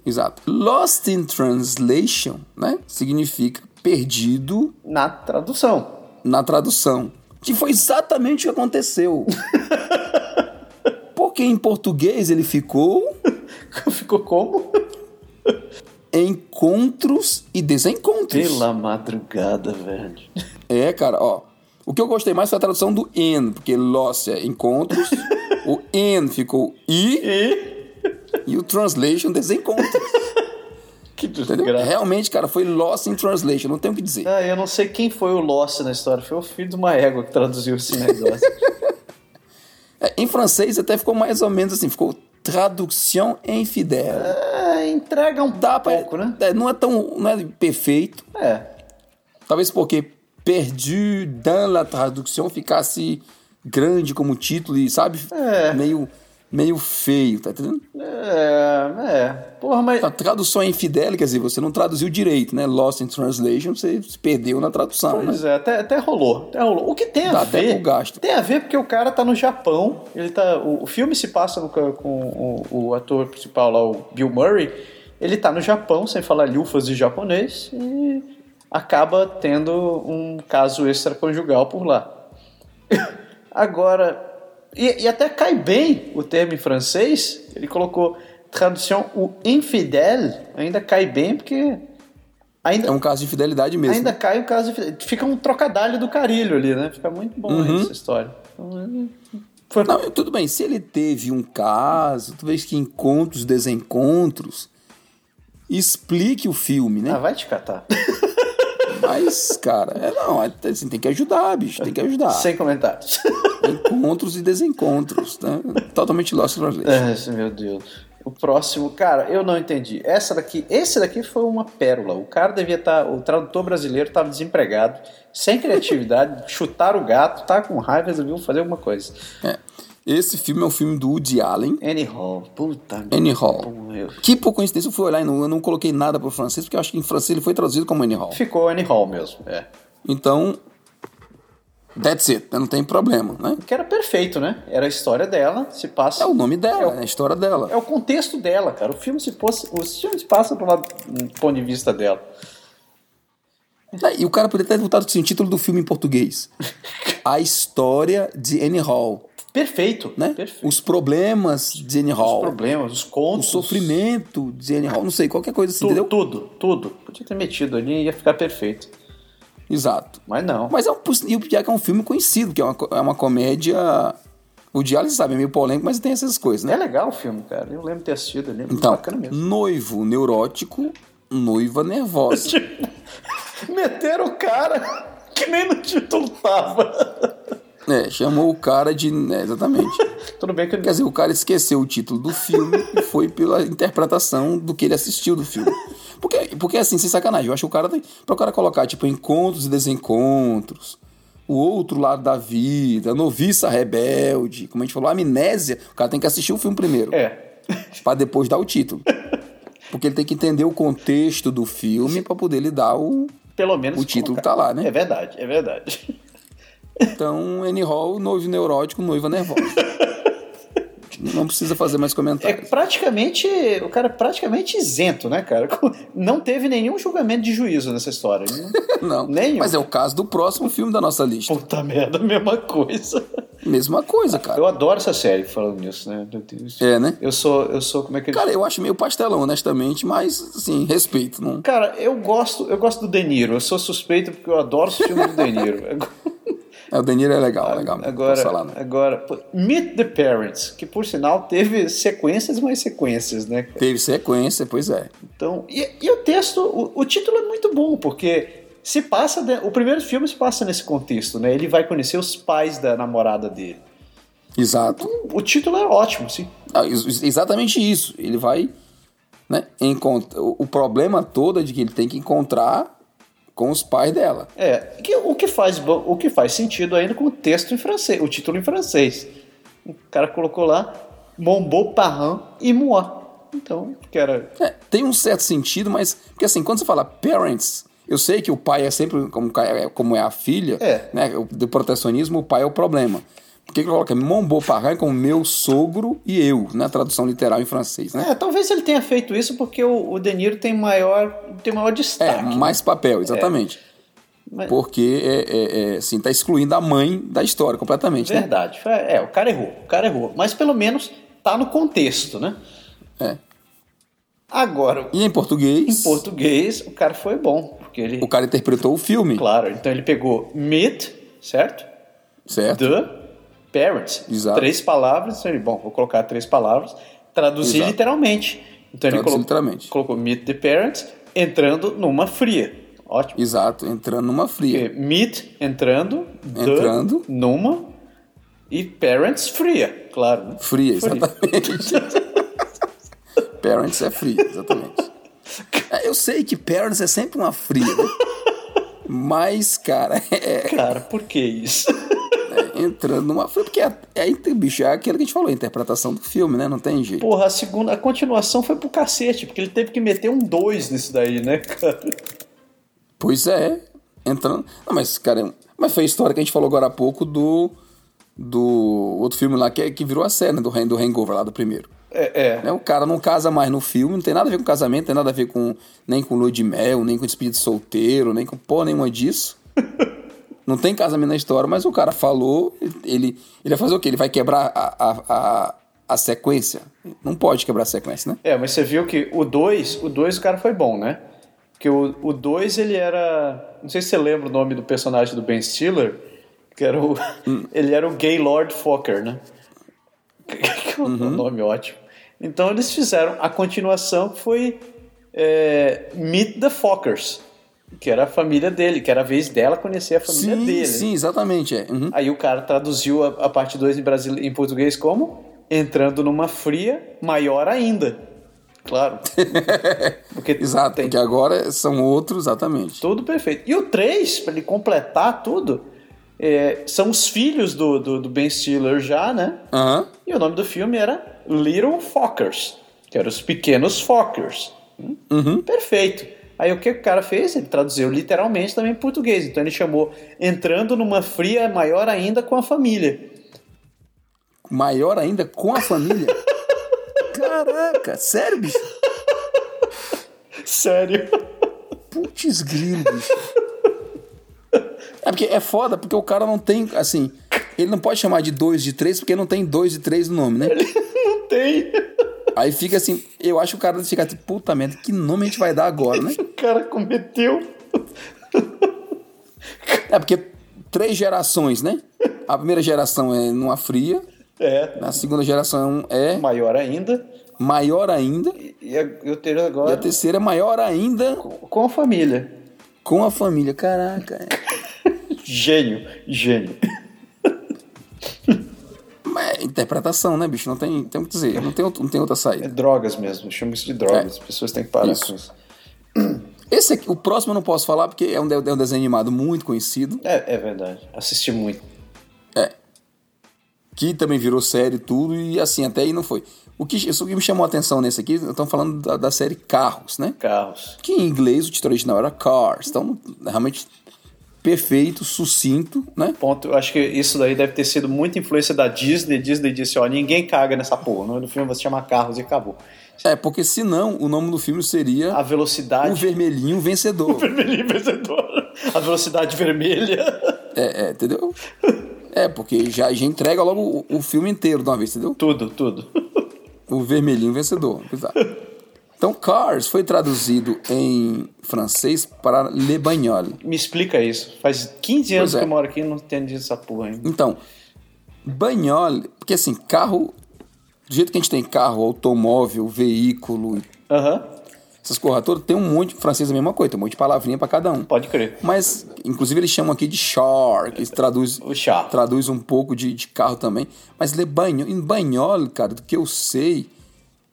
S1: Exato. Lost in translation, né? Significa perdido
S2: Na tradução.
S1: na tradução. Que foi exatamente o que aconteceu. Porque em português ele ficou
S2: Ficou como?
S1: encontros e desencontros.
S2: Pela madrugada, velho.
S1: É, cara, ó. O que eu gostei mais foi a tradução do en, porque lost é encontros, o en ficou i
S2: E
S1: e o translation desencontros.
S2: que
S1: Entendeu?
S2: desgraça.
S1: Realmente, cara, foi lost in translation, não tem o que dizer.
S2: Ah, eu não sei quem foi o Lost na história. Foi o filho de uma égua que traduziu esse negócio.
S1: É, em francês até ficou mais ou menos assim, ficou traduction infidèle.
S2: é, entrega um
S1: Dá pra,
S2: pouco, né?
S1: é, não é tão, não é perfeito,
S2: É.
S1: talvez porque perdu dans la traduction ficasse grande como título e, sabe,
S2: É.
S1: meio meio feio, tá entendendo?
S2: É, é. Porra, mas.
S1: A tradução é infidel, quer dizer, você não traduziu direito, né? Lost in translation, você se perdeu na tradução, né?
S2: Pois é, até, até rolou, até rolou. O que tem a
S1: Dá até
S2: ver?
S1: pro gasto.
S2: Tem a ver porque o cara tá no Japão. Ele tá, o, o filme se passa no ca- com o, o ator principal lá, o Bill Murray. Ele tá no Japão, sem falar lufas de japonês, e acaba tendo um caso extraconjugal por lá. Agora, e, e até cai bem o termo em francês, ele colocou tradução o infidel, ainda cai bem porque ainda
S1: É um caso de infidelidade mesmo.
S2: Ainda cai o caso. de- Fica um trocadalho do carilho ali, né? Fica muito bom
S1: Uhum.
S2: aí essa história. Então, é- Foi...
S1: Não, tudo bem, se ele teve um caso, talvez que encontros, desencontros, explique o filme,
S2: Ah,
S1: né?
S2: vai te catar.
S1: Mas, cara, é, não, é, assim, tem que ajudar, bicho, tem que ajudar.
S2: Sem comentários.
S1: Encontros e desencontros, né? Totalmente lost in translation.
S2: Ai, meu Deus. O próximo, cara, eu não entendi. Essa daqui, esse daqui foi uma pérola. O cara devia estar, o tradutor brasileiro estava desempregado, sem criatividade, chutar o gato, tá com raiva, resolveu fazer alguma coisa.
S1: É. Esse filme é um filme do Woody Allen,
S2: Annie Hall, puta
S1: Annie Hall.
S2: merda.
S1: Que por coincidência eu fui olhar e não, eu não coloquei nada pro francês, porque eu acho que em francês ele foi traduzido como Annie Hall.
S2: Ficou Annie Hall mesmo, é.
S1: Então, that's it, né? não tem problema, né?
S2: Que era perfeito, né? Era a história dela, se passa.
S1: É o nome dela,
S2: É o-
S1: é a história dela.
S2: É o contexto dela, cara. O filme se, pôs, o filme se passa do lado, do ponto de vista dela.
S1: Ah, E o cara poderia ter botado assim, o título do filme em português. A história de Annie Hall,
S2: Perfeito,
S1: né?
S2: Perfeito.
S1: Os problemas de Annie
S2: Os
S1: Hall.
S2: problemas, os
S1: O
S2: contos.
S1: sofrimento de Annie Hall, não sei, qualquer coisa assim,
S2: tu-
S1: entendeu?
S2: Tudo, tudo. Podia ter metido ali e ia ficar perfeito.
S1: Exato.
S2: Mas não.
S1: Mas é um, poss- e o pior é que é um filme conhecido, que é uma, co- é uma comédia... O Diário, você sabe, é meio polêmico, mas tem essas coisas, né?
S2: É legal o filme, cara. Eu lembro de ter assistido ali. muito
S1: Então,
S2: É, bacana mesmo.
S1: noivo neurótico, noiva nervosa.
S2: Meteram o cara que nem no título tava.
S1: É, chamou o cara de. é, exatamente.
S2: Tudo bem que ele
S1: Quer dizer, o cara esqueceu o título do filme e foi pela interpretação do que ele assistiu do filme. Porque, porque assim, sem sacanagem, eu acho que o cara tem. Pra o cara colocar, tipo, encontros e desencontros, o outro lado da vida, noviça rebelde, como a gente falou, amnésia, o cara tem que assistir o filme primeiro, pra
S2: É.
S1: depois dar o título. Porque ele tem que entender o contexto do filme pra poder lhe dar o.
S2: Pelo menos.
S1: O título tá lá, né?
S2: É verdade, é verdade.
S1: Então, Annie Hall, noivo neurótico, noiva nervosa. Não precisa fazer mais
S2: É
S1: comentários.
S2: praticamente. O cara é praticamente isento, né, cara? Não teve nenhum julgamento de juízo nessa história. Ele não-
S1: Não.
S2: Nenhum.
S1: Mas é o caso do próximo filme da nossa lista.
S2: Puta merda, mesma coisa.
S1: Mesma coisa, cara.
S2: Eu adoro essa série falando nisso, né? Eu tenho-
S1: É, né?
S2: Eu sou, eu sou, como é que ele...
S1: Cara, eu acho meio pastelão, honestamente, mas, assim, respeito. Não...
S2: Cara, eu gosto, eu gosto do De Niro. Eu sou suspeito porque eu adoro os filmes do De Niro.
S1: É, o Deniro é legal, legal. não
S2: Ah, Agora,
S1: posso falar, né? não.
S2: agora, pô, Meet the Parents, que por sinal teve sequências mais sequências, né? cara?
S1: Teve sequência, pois é.
S2: Então, e, e o texto, o, o título é muito bom, porque se passa, de- o primeiro filme se passa nesse contexto, né? Ele vai conhecer os pais da namorada dele.
S1: Exato.
S2: O título é ótimo, sim.
S1: Ah, ex- ex- exatamente isso. Ele vai. Né, encont- o o problema todo é de que ele tem que encontrar com os pais dela.
S2: É, que- o, que faz, bo- o que faz sentido ainda com o texto em francês, o título em francês. O cara colocou lá Mon beau parent et moi. Então, que era.
S1: É, tem um certo sentido, mas. Porque assim, quando você fala parents, eu sei que o pai é sempre, como, ca- como é a filha,
S2: É.
S1: né? o- Do protecionismo, o pai é o problema. O que, que coloca? Mon beau parrain com meu sogro e eu, na tradução literal em francês, né?
S2: É, talvez ele tenha feito isso porque o, o De Niro tem maior, tem maior
S1: É,
S2: destaque.
S1: mais papel, exatamente.
S2: Mas-
S1: Porque, é, é, é, assim, tá excluindo a mãe da história completamente, né?
S2: Verdade. É, é, o cara errou, o cara errou. Mas pelo menos tá no contexto, né?
S1: É.
S2: Agora,
S1: E em português,
S2: em português, o cara foi bom, porque ele.
S1: o cara interpretou o filme,
S2: Claro, então ele pegou mid, certo?
S1: certo?
S2: The parents.
S1: Exato.
S2: Três palavras. então ele, Bom, vou colocar três palavras. Traduzir
S1: Exato.
S2: literalmente. Então ele
S1: Traduzir
S2: colocou,
S1: literalmente.
S2: colocou meet the parents entrando numa fria. Ótimo.
S1: Exato, entrando numa fria.
S2: Porque meet entrando, the
S1: Entrando.
S2: numa e parents fria, claro. né?
S1: Fria, exatamente. Parents é fria, exatamente. É, Eu sei que Parents é sempre uma fria, né? mas, cara, é,
S2: Cara, por que isso?
S1: é, entrando numa fria, porque é, é, inter- bicho, é aquilo que a gente falou, a interpretação do filme, né? Não tem jeito.
S2: Porra, a segunda, a continuação foi pro cacete, porque ele teve que meter um dois nisso daí, né, cara?
S1: Pois é, entrando. Não, mas, cara, mas foi a história que a gente falou agora há pouco do. Do outro filme lá que, é- que virou a cena do, Han- do Hangover lá do primeiro.
S2: É, é.
S1: Né? O cara não casa mais no filme, não tem nada a ver com casamento, não tem nada a ver com nem com lua de mel, nem com despedida de solteiro, nem com porra nenhuma disso. não tem casamento na história, mas o cara falou, ele, ele vai fazer o quê? Ele vai quebrar a, a, a, a sequência? Não pode quebrar a sequência, né?
S2: É, mas você viu que o 2, o 2 o cara foi bom, né? Porque o 2 ele era. Não sei se você lembra o nome do personagem do Ben Stiller, que era o. Ele era o Gaylord Fokker, né? Que é um
S1: Uhum.
S2: nome ótimo. Então eles fizeram a continuação que foi é, Meet the Fokkers, que era a família dele, que era a vez dela conhecer a família
S1: sim,
S2: É dele. né?
S1: sim, exatamente. É. Uhum.
S2: Aí o cara traduziu a, a parte 2 em, brasile- em português como entrando numa fria maior ainda. Claro. Porque
S1: Exato,
S2: tem
S1: porque agora são outros, exatamente.
S2: tudo perfeito. E o 3, pra ele completar tudo, é, são os filhos do, do, do Ben Stiller já, né?
S1: Aham.
S2: E o nome do filme era Little Fockers, que eram os pequenos Fockers. Hum? Perfeito. Aí o que o cara fez? Ele traduziu literalmente também em português. Então ele chamou Entrando numa Fria Maior Ainda com a Família.
S1: Maior ainda com a família. Caraca, sério, bicho?
S2: Sério.
S1: Putz grilo, bicho. É porque é foda, porque o cara não tem, assim, ele não pode chamar de 2 de 3 porque não tem 2 de 3 no nome, né?
S2: Não tem.
S1: Aí fica assim, eu acho que o cara fica tipo, puta merda, que nome a gente vai dar agora, né?
S2: O cara cometeu.
S1: É porque três gerações, né? A primeira geração é numa fria,
S2: É.
S1: a segunda geração é
S2: Maior ainda.
S1: maior ainda,
S2: E a- eu tenho
S1: e a
S2: agora
S1: terceira é maior ainda
S2: com a família.
S1: com a família. Caraca, é.
S2: Gênio. Gênio.
S1: Mas é interpretação, né, bicho? Não tem, tem o que dizer, não tem, outro- não tem outra
S2: É
S1: saída.
S2: drogas mesmo. Chama isso de drogas. As pessoas têm que parar
S1: É. Isso.
S2: com isso.
S1: Esse aqui, o próximo eu não posso falar porque é um, de- é um desenho animado muito conhecido,
S2: É, é verdade. Assisti muito.
S1: que também virou série e tudo, e assim, até aí não foi. O que, isso que me chamou a atenção nesse aqui, estamos falando da, da série Carros, né?
S2: Carros.
S1: Que em inglês o título original era Cars, então realmente perfeito, sucinto, né?
S2: Ponto. Eu acho que isso daí deve ter sido muita influência da Disney. Disney disse, ó, ninguém caga nessa porra. O nome do filme vai se chamar Carros e acabou.
S1: É, porque senão o nome do filme seria
S2: A
S1: O
S2: velocidade...
S1: Vermelhinho Vencedor.
S2: Vermelhinho vencedor. A velocidade vermelha.
S1: é, é, entendeu? É, porque já, já entrega logo o, o filme inteiro de uma vez, entendeu?
S2: Tudo, tudo.
S1: O vermelhinho vencedor. exato. Então, Cars foi traduzido em francês para Le Bagnole.
S2: Me explica isso. Faz 15 anos
S1: Pois é.
S2: que eu moro aqui e não entendi essa porra ainda.
S1: Então, Bagnole, porque assim, carro, do jeito que a gente tem carro, automóvel, veículo,
S2: Aham,
S1: essas coisas todas, tem um monte, francês é a mesma coisa, tem um monte de palavrinha para cada um.
S2: pode crer.
S1: Mas, inclusive, eles chamam aqui de char, que traduz,
S2: O char.
S1: traduz um pouco de, de carro também. Mas Le Bagnol, em Bagnol, cara, do que eu sei,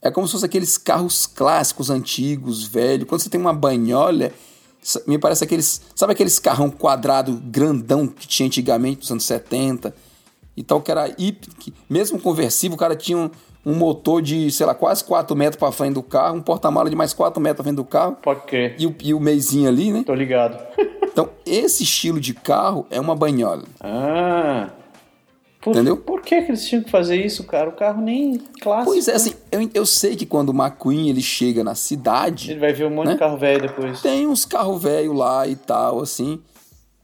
S1: é como se fosse aqueles carros clássicos, antigos, velhos. Quando você tem uma banhola, sa- me parece aqueles. Sabe aqueles carrão quadrado grandão que tinha antigamente, dos anos 70? E tal, que era hip, que, mesmo conversível, o cara tinha um, um motor de, sei lá, quase 4 metros para frente do carro, um porta-mala de mais 4 metros pra frente do carro.
S2: Pode crer.
S1: E o, e o meizinho ali, né?
S2: Tô ligado.
S1: Então, esse estilo de carro é uma banhola.
S2: ah, Por,
S1: Entendeu?
S2: Por que, que eles tinham que fazer isso, cara? O carro nem clássico.
S1: Pois é, assim, eu, eu sei que quando o McQueen ele chega na cidade,
S2: Ele vai ver um monte
S1: né?
S2: de carro velho depois.
S1: tem uns carro velho lá e tal, assim.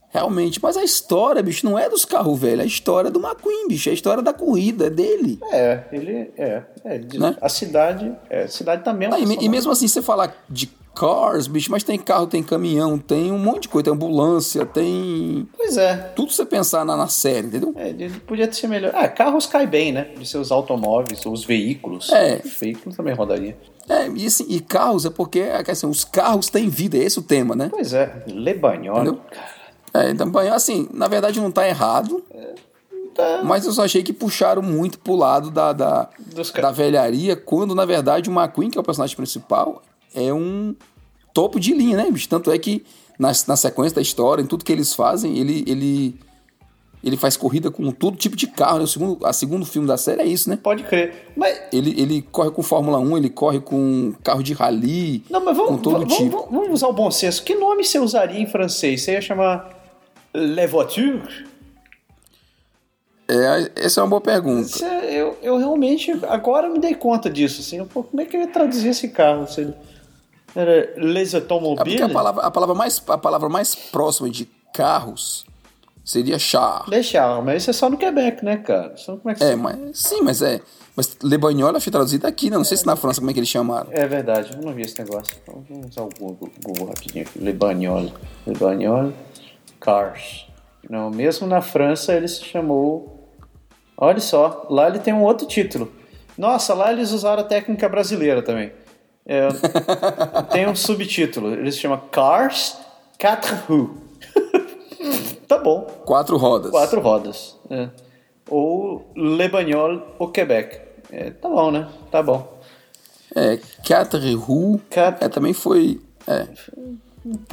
S1: Realmente, mas a história, bicho, não é dos carro velho, é a história do McQueen, bicho, é a história da corrida, é dele.
S2: É, ele é. é, ele diz-
S1: Né?
S2: A cidade. É, a cidade tá mesmo.
S1: Ah, e, me- e mesmo assim, você falar de cars, bicho, mas tem carro, tem caminhão, tem um monte de coisa, tem ambulância, tem.
S2: Pois é.
S1: Tudo você pensar na, na série, entendeu?
S2: É, ele podia ser melhor. Ah, carros caem bem, né? De seus automóveis, ou os veículos.
S1: É.
S2: Os veículos também rodaria.
S1: É, e, assim, e carros é porque assim, os carros têm vida, é esse o tema, né?
S2: Pois é, Lebagnol.
S1: Entendeu? É, então, banho, assim, na verdade não tá errado,
S2: Tá,
S1: mas eu só achei que puxaram muito pro lado da, da,
S2: dos
S1: da
S2: caras.
S1: velharia, quando na verdade o McQueen, que é o personagem principal, é um topo de linha, né, bicho? Tanto é que na, na sequência da história, em tudo que eles fazem, ele, ele, ele faz corrida com todo tipo de carro, né? O segundo, a segundo filme da série é isso, né?
S2: Pode crer. Mas.
S1: Ele, ele corre com Fórmula 1, ele corre com carro de rally.
S2: Não, mas
S1: Com
S2: vamos,
S1: todo
S2: vamos,
S1: tipo.
S2: vamos- vamos usar o bom senso. Que nome você usaria em francês? Você ia chamar eh, Le Voiture?
S1: É, essa é uma boa pergunta.
S2: Isso é- eu, eu realmente agora me dei conta disso, assim, pô, como é que eu ia traduzir esse carro? Se ele era Les
S1: É porque a
S2: Automobiles?
S1: palavra, a, palavra mais, a palavra mais próxima de carros seria char.
S2: Deixar, mas isso é só no Quebec, né, cara? Só como é, que
S1: É, mas sim, mas é. Mas Le Bagnol acho que é traduzido aqui, né? Não sei se na França como é que eles chamaram.
S2: é verdade, eu não vi esse negócio. Então, vamos usar o Google, Google rapidinho aqui. Le Bagnol. Le Bagnol Cars. Não, mesmo na França ele se chamou. Olha só, lá ele tem um outro título. Nossa, lá eles usaram a técnica brasileira também. É, tem um subtítulo, ele se chama Cars 4 Roues. tá bom,
S1: Quatro rodas.
S2: quatro rodas. É. Ou Le Bagnol au Québec. É, tá bom, né? Tá bom.
S1: É, Quatre Roues.
S2: Cat-
S1: É, também foi. É.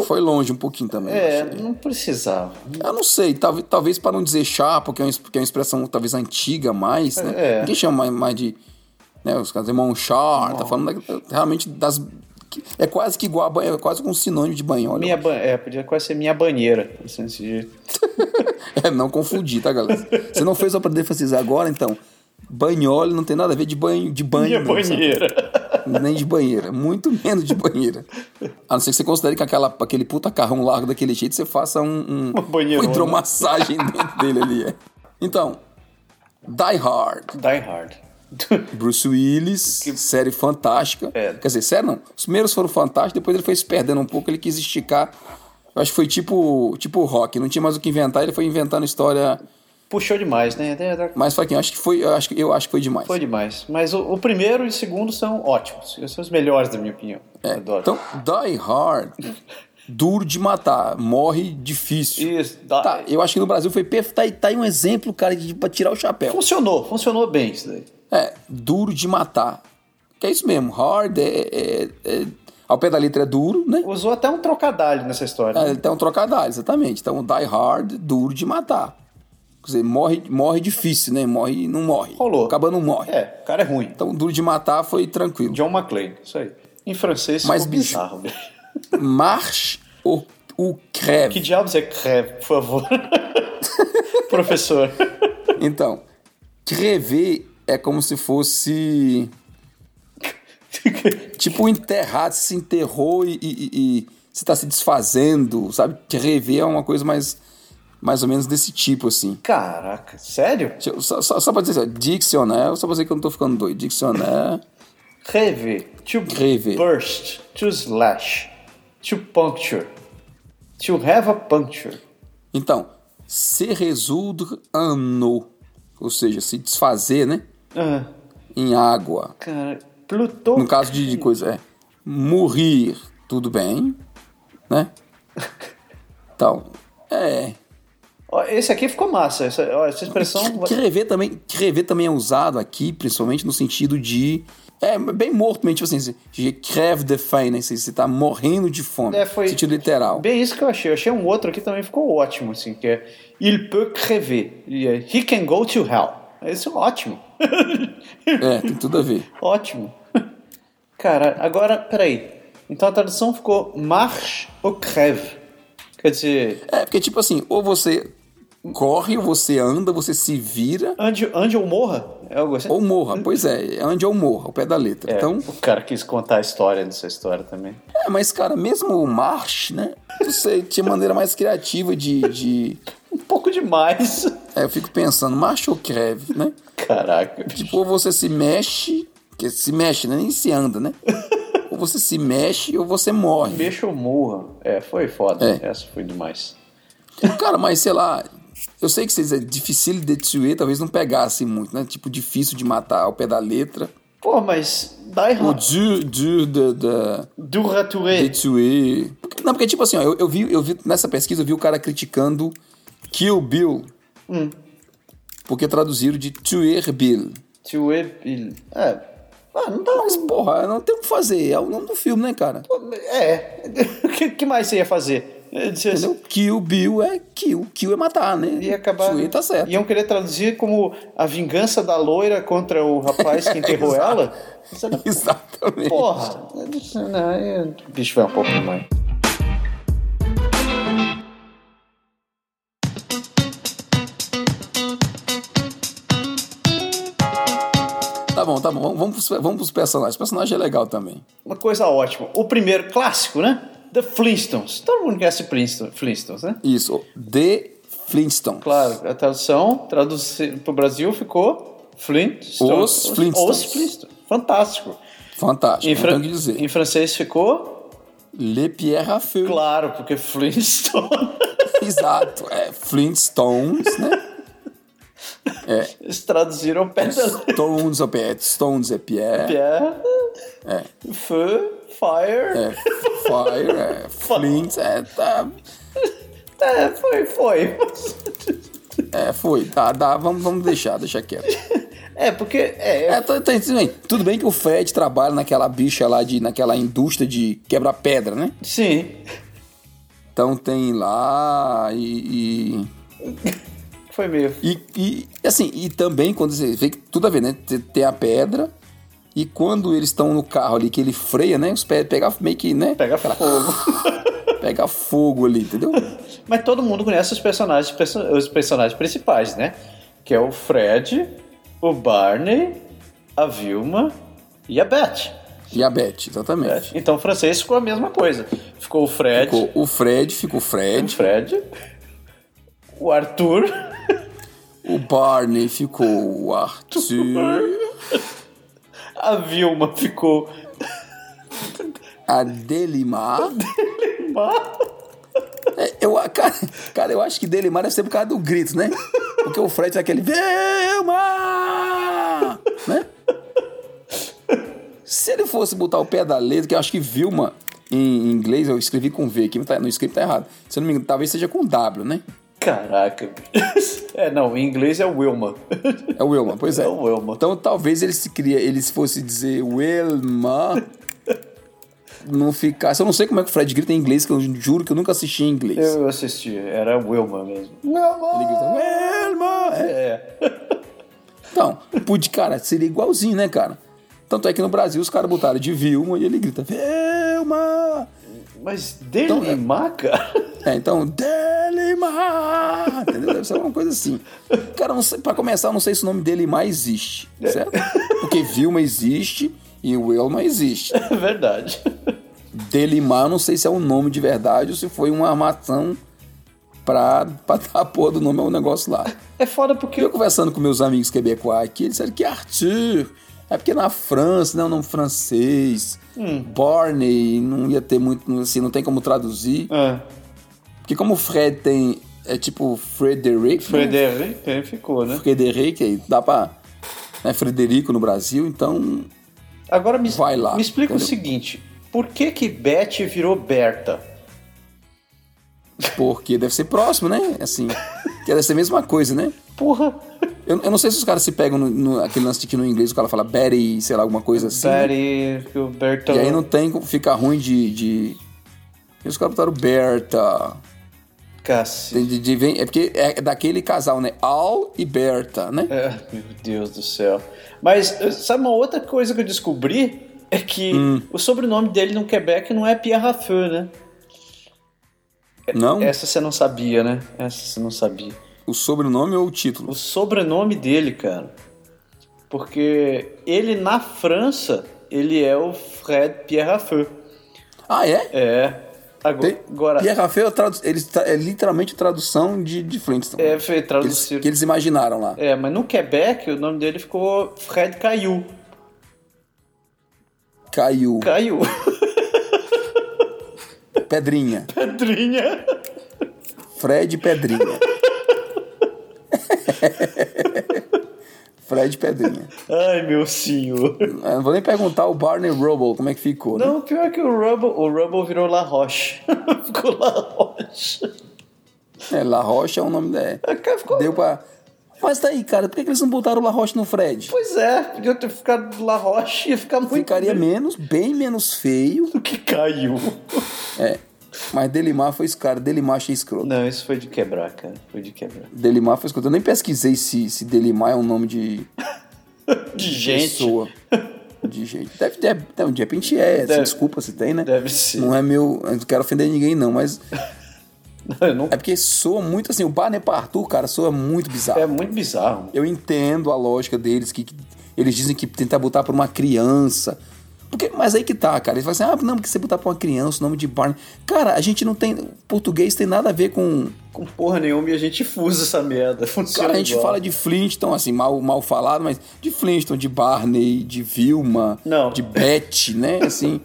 S1: Foi longe um pouquinho também. eu
S2: É,
S1: achei.
S2: não precisava.
S1: Eu não sei, talvez, talvez para não dizer chá, porque é uma, porque é uma expressão talvez antiga mais, né?
S2: É.
S1: Ninguém chama mais, mais de. Né, os caras irmão char, tá falando da- realmente das. que- É quase que igual a banho, é quase com sinônimo de né? banho.
S2: Minha ba... É, podia quase ser minha banheira. assim, desse jeito.
S1: É, não confundir, tá, galera? Você não fez só pra enfatizar agora, então. Banhole não tem nada a ver de banho, de banho.
S2: Minha
S1: não, sabe?
S2: banheira.
S1: Nem de banheira, muito menos de banheira. A não ser que você considere que aquela, aquele puta carrão largo daquele jeito você faça um, um,
S2: Uma banheirona.
S1: uma hidromassagem dentro dele ali. É. Então, Die Hard,
S2: Die Hard.
S1: Bruce Willis, série fantástica.
S2: É.
S1: Quer dizer, sério não. Os primeiros foram fantásticos, depois ele foi se perdendo um pouco, ele quis esticar. Eu acho que foi tipo, tipo o rock, não tinha mais o que inventar, ele foi inventando história
S2: Puxou demais, né? Até- até-
S1: mais fraquinha. Acho que foi, eu acho, que- eu acho que foi demais.
S2: Foi demais. Mas o, o primeiro e o segundo são ótimos. Eles São os melhores, da minha opinião.
S1: É,
S2: Adoro.
S1: Então, Die Hard, duro de matar, morre difícil.
S2: Isso, dá-
S1: Tá, eu acho que no Brasil foi perfeito. Tá, aí- tá aí um exemplo, cara, de, pra tirar o chapéu.
S2: Funcionou, funcionou bem isso daí.
S1: É, duro de matar. Que é isso mesmo, hard é. é- é- ao pé da letra é duro, né?
S2: Usou até um trocadilho nessa história. né?
S1: É, ele tem um trocadilho, exatamente. Então, die hard, duro de matar. Quer dizer, morre, morre difícil, né? Morre não morre.
S2: Rolou.
S1: Acaba não morre.
S2: É, o cara é ruim.
S1: Então, duro de matar foi tranquilo.
S2: John McClane, isso aí. Em francês,
S1: Mas,
S2: ficou
S1: bicho-
S2: bizarro, velho.
S1: Marche ou o creve.
S2: Que diabos é creve, por favor? Professor.
S1: Então, crever é como se fosse. Tipo, enterrar, se enterrou e, e, e- e você tá se desfazendo, sabe? Crever é uma coisa mais, mais ou menos desse tipo, assim.
S2: Caraca, sério?
S1: Deixa eu- Só, só, só pra dizer assim, ó, dicionário, só pra dizer que eu não tô ficando doido. Dicionário.
S2: Creve. To
S1: Creve.
S2: burst. To slash. To puncture. To have a puncture.
S1: Então, se resuldre ano, ou seja, se desfazer, né?
S2: Ah,
S1: Em água.
S2: cara, Plutô.
S1: No caso de, de coisa, é morrer, tudo bem, né? Então, é.
S2: Ó, Esse aqui ficou massa. Essa, ó, essa expressão. vai-
S1: Crever também, crever também é usado aqui, principalmente no sentido de. É, bem morto, mesmo, tipo assim, assim, de creve de faim, né? Você, você tá morrendo de fome.
S2: É, foi-
S1: Sentido literal.
S2: Bem isso que eu achei. Eu achei um outro aqui também ficou ótimo, assim, que é Il peut crever. E é, He can go to hell. Esse é ótimo.
S1: É, tem tudo a ver.
S2: Ótimo. Cara, agora, peraí. Então a tradução ficou marche ou crève. Quer dizer,
S1: É, porque tipo assim, ou você corre, você anda, você se vira.
S2: Ande, ande ou morra? É algo assim?
S1: Ou morra, pois é, ande ou morra, o pé da letra.
S2: É,
S1: então,
S2: O cara quis contar a história dessa história também.
S1: é, mas cara, mesmo o March, né? Não sei, tinha maneira mais criativa de. de-
S2: Um pouco demais.
S1: É, eu fico pensando, March ou Creve, né?
S2: Caraca.
S1: Tipo, ou você se mexe, que se mexe, né? Nem se anda, né? Ou você se mexe ou você morre.
S2: Mexa ou morra. É, foi foda.
S1: É.
S2: Essa foi demais.
S1: Cara, mas sei lá, eu sei que vocês é difícil de destruir, talvez não pegasse muito, né? Tipo, difícil de matar ao pé da letra.
S2: Pô, mas dá
S1: O
S2: errado.
S1: dur, dur de, de,
S2: Du Ratouré.
S1: destruir. Não, porque tipo assim, ó, eu, eu vi, eu vi nessa pesquisa, eu vi o cara criticando Kill Bill. Porque traduziram de Tuer Bill.
S2: Tuer Bill. É. Ah, não dá.
S1: Mas, porra, não tem o que fazer. É o nome do filme, né, cara?
S2: É. O que, que mais você ia fazer? Você-
S1: Entendeu? Kill Bill é kill. Kill é matar, né?
S2: Ia acabar.
S1: Tuer tá certo.
S2: Iam querer traduzir como a vingança da loira contra o rapaz que enterrou ela? Você não-
S1: Exatamente.
S2: Porra! Não, é- o bicho vai um pouco demais.
S1: Tá bom, tá bom. Vamos, vamos, pros- vamos pros personagens. O personagem é legal também.
S2: Uma coisa ótima. O primeiro clássico, né? The Flintstones. Todo mundo conhece Flintsto- Flintstones, né?
S1: Isso. The Flintstones.
S2: Claro, a tradução para o Brasil ficou Flintstones.
S1: Os Flintstones.
S2: Os Flintstones. Fantástico.
S1: Fantástico.
S2: Em,
S1: não
S2: fran-
S1: tenho o que dizer.
S2: em francês ficou?
S1: Le Pierre Raffeu.
S2: Claro, porque Flintstone.
S1: Exato. É Flintstones, né?
S2: Eles traduziram pedra.
S1: Stones é Pierre. Stones é Pierre.
S2: Pierre. Feu, fire.
S1: É Fire. É Flint. É, tá,
S2: É, foi, foi.
S1: é foi. Tá, dá. Vamos, vamos deixar. Deixa quieto.
S2: É, porque. É,
S1: É, tá, tá, tudo bem. Tudo bem que o Fred trabalha naquela bicha lá de... Naquela indústria de quebra-pedra, né?
S2: sim.
S1: Então tem lá e- e...
S2: Foi meio.
S1: E, e, assim, e também quando você vê que tudo a ver, né? Tem- Tem a pedra. E quando eles estão no carro ali, que ele freia, né? Os pés pegam meio que, né?
S2: Pega fogo.
S1: Pega fogo ali, entendeu?
S2: Mas todo mundo conhece os personagens, perso- os personagens principais, né? Que é o Fred, o Barney, a Vilma e a Beth.
S1: E a Beth, exatamente.
S2: Então o francês ficou a mesma coisa. Ficou o Fred,
S1: Ficou o Fred, ficou o
S2: o
S1: Fred.
S2: Fred, o Arthur,
S1: O Barney ficou o Arthur.
S2: a Vilma ficou
S1: A Delimar.
S2: Ma-
S1: É, Eu, cara, cara, eu acho que Delimar deve ser por causa do grito, né? Porque o Fred é aquele. Vilma! Né? Se ele fosse botar o pé da letra, que eu acho que Vilma em inglês, eu escrevi com V aqui, mas tá- no script tá errado. Se eu não me engano, talvez seja com W, né?
S2: Caraca. É, não, em inglês é Wilma.
S1: É o Wilma, pois é.
S2: É o Wilma.
S1: Então talvez ele se cria, ele se fosse dizer Wilma. Não ficasse. Eu não sei como é que o Fred grita em inglês, que eu juro que eu nunca assisti em inglês.
S2: Eu assisti, era Wilma mesmo.
S1: Ele grita, Wilma! É.
S2: É,
S1: Então, pude, cara, seria igualzinho, né, cara? Tanto é que no Brasil os caras botaram de Vilma e ele grita Vilma!
S2: mas
S1: Então,
S2: Delimar, cara?
S1: É, então, Delimar! Entendeu? Deve ser alguma coisa assim. Cara, eu não sei, pra começar, eu não sei se o nome Delimar existe, certo? Porque Vilma existe e Wilma existe.
S2: É verdade.
S1: Delimar, eu não sei se é um nome de verdade ou se foi uma armação pra, pra dar a porra do nome ao negócio lá.
S2: É foda
S1: E
S2: porque
S1: eu conversando com meus amigos quebecois aqui, eles disseram que Arthur é porque na França, né, o nome francês, Barney não ia ter muito, assim, não tem como traduzir.
S2: Ah,
S1: Porque como o Fred tem, é tipo Frederic, né?
S2: Frederico, ele ficou, né?
S1: Frederic, aí dá pra, né, Frederico no Brasil, então
S2: Agora me,
S1: Vai lá,
S2: me explica o
S1: entendeu?
S2: seguinte: por que que Beth virou Berta?
S1: porque deve ser próximo, né, assim, que deve ser a mesma coisa, né.
S2: Porra,
S1: Eu, eu não sei se os caras se pegam no, no- aquele lance de que no inglês o cara fala Betty, sei lá, alguma coisa assim. né?
S2: Betty, é. que o Bertão.
S1: E aí não tem como ficar ruim de. de... E os caras botaram Berta.
S2: Cacete.
S1: Tem De, de- vem- é porque é daquele casal, né? Al e Berta, né?
S2: É, meu Deus do céu. Mas eh, sabe uma outra coisa que eu descobri? É que
S1: Hum.
S2: o sobrenome dele no Quebec não é Pierre Raffeux, né?
S1: Não?
S2: É,
S1: Hum.
S2: Essa você não sabia, né? Essa você não sabia.
S1: O sobrenome ou o título?
S2: O sobrenome dele, cara. Porque ele na França, ele é o Fred Pierre Raffeux.
S1: Ah, é?
S2: É. Ago-
S1: Tem-
S2: Agora,
S1: Pierre Raffet é, tradu- eles tra- é literalmente tradução de, de Flintstone.
S2: é, foi
S1: que eles,
S2: traduzido.
S1: que eles imaginaram lá.
S2: É, mas no Quebec o nome dele ficou Fred Caillou.
S1: Caiu.
S2: Caillou.
S1: Pedrinha.
S2: Pedrinha.
S1: Fred Pedrinha. Fred Pedrinha.
S2: Ai, meu senhor.
S1: Eu não vou nem perguntar o Barney Rubble como é que ficou, né?
S2: Não, pior que o Rubble, o Rubble virou La Roche. ficou La Roche.
S1: É, La Roche é o nome dela.
S2: Cara, ficou...
S1: Deu pra... Mas tá aí, cara, por que, que eles não botaram o La Roche no Fred?
S2: Pois é, podia ter ficado La Roche ia ficar muito
S1: Ficaria
S2: bem
S1: menos, bem menos feio.
S2: do que caiu.
S1: É. Mas Delimar foi esse cara, Delimar achei escroto.
S2: Não, isso foi de quebrar, cara. Foi de quebrar.
S1: Delimar foi escroto. Eu nem pesquisei se, se Delimar é um nome de
S2: De gente.
S1: pessoa. De gente. Deve, deve, não, de repente é. assim,
S2: Deve.
S1: desculpa se tem, né?
S2: Deve ser.
S1: Não é meu. Eu não quero ofender ninguém, não, mas
S2: Não, eu não-
S1: é porque soa muito assim. O Barney Partout, cara, soa muito bizarro.
S2: É muito bizarro.
S1: Eu entendo a lógica deles, que, que eles dizem que tentar botar pra uma criança. Porque, mas aí que tá, cara. Eles falam assim, ah, não, porque você botar pra uma criança o nome de Barney. Cara, a gente não tem. Português tem nada a ver com.
S2: Com porra nenhuma e a gente fusa essa merda. Funciona
S1: Cara, a gente
S2: igual.
S1: fala de Flintstone, assim, mal, mal falado, mas de Flintstone, de Barney, de Vilma,
S2: Não.
S1: de Beth, né? Assim.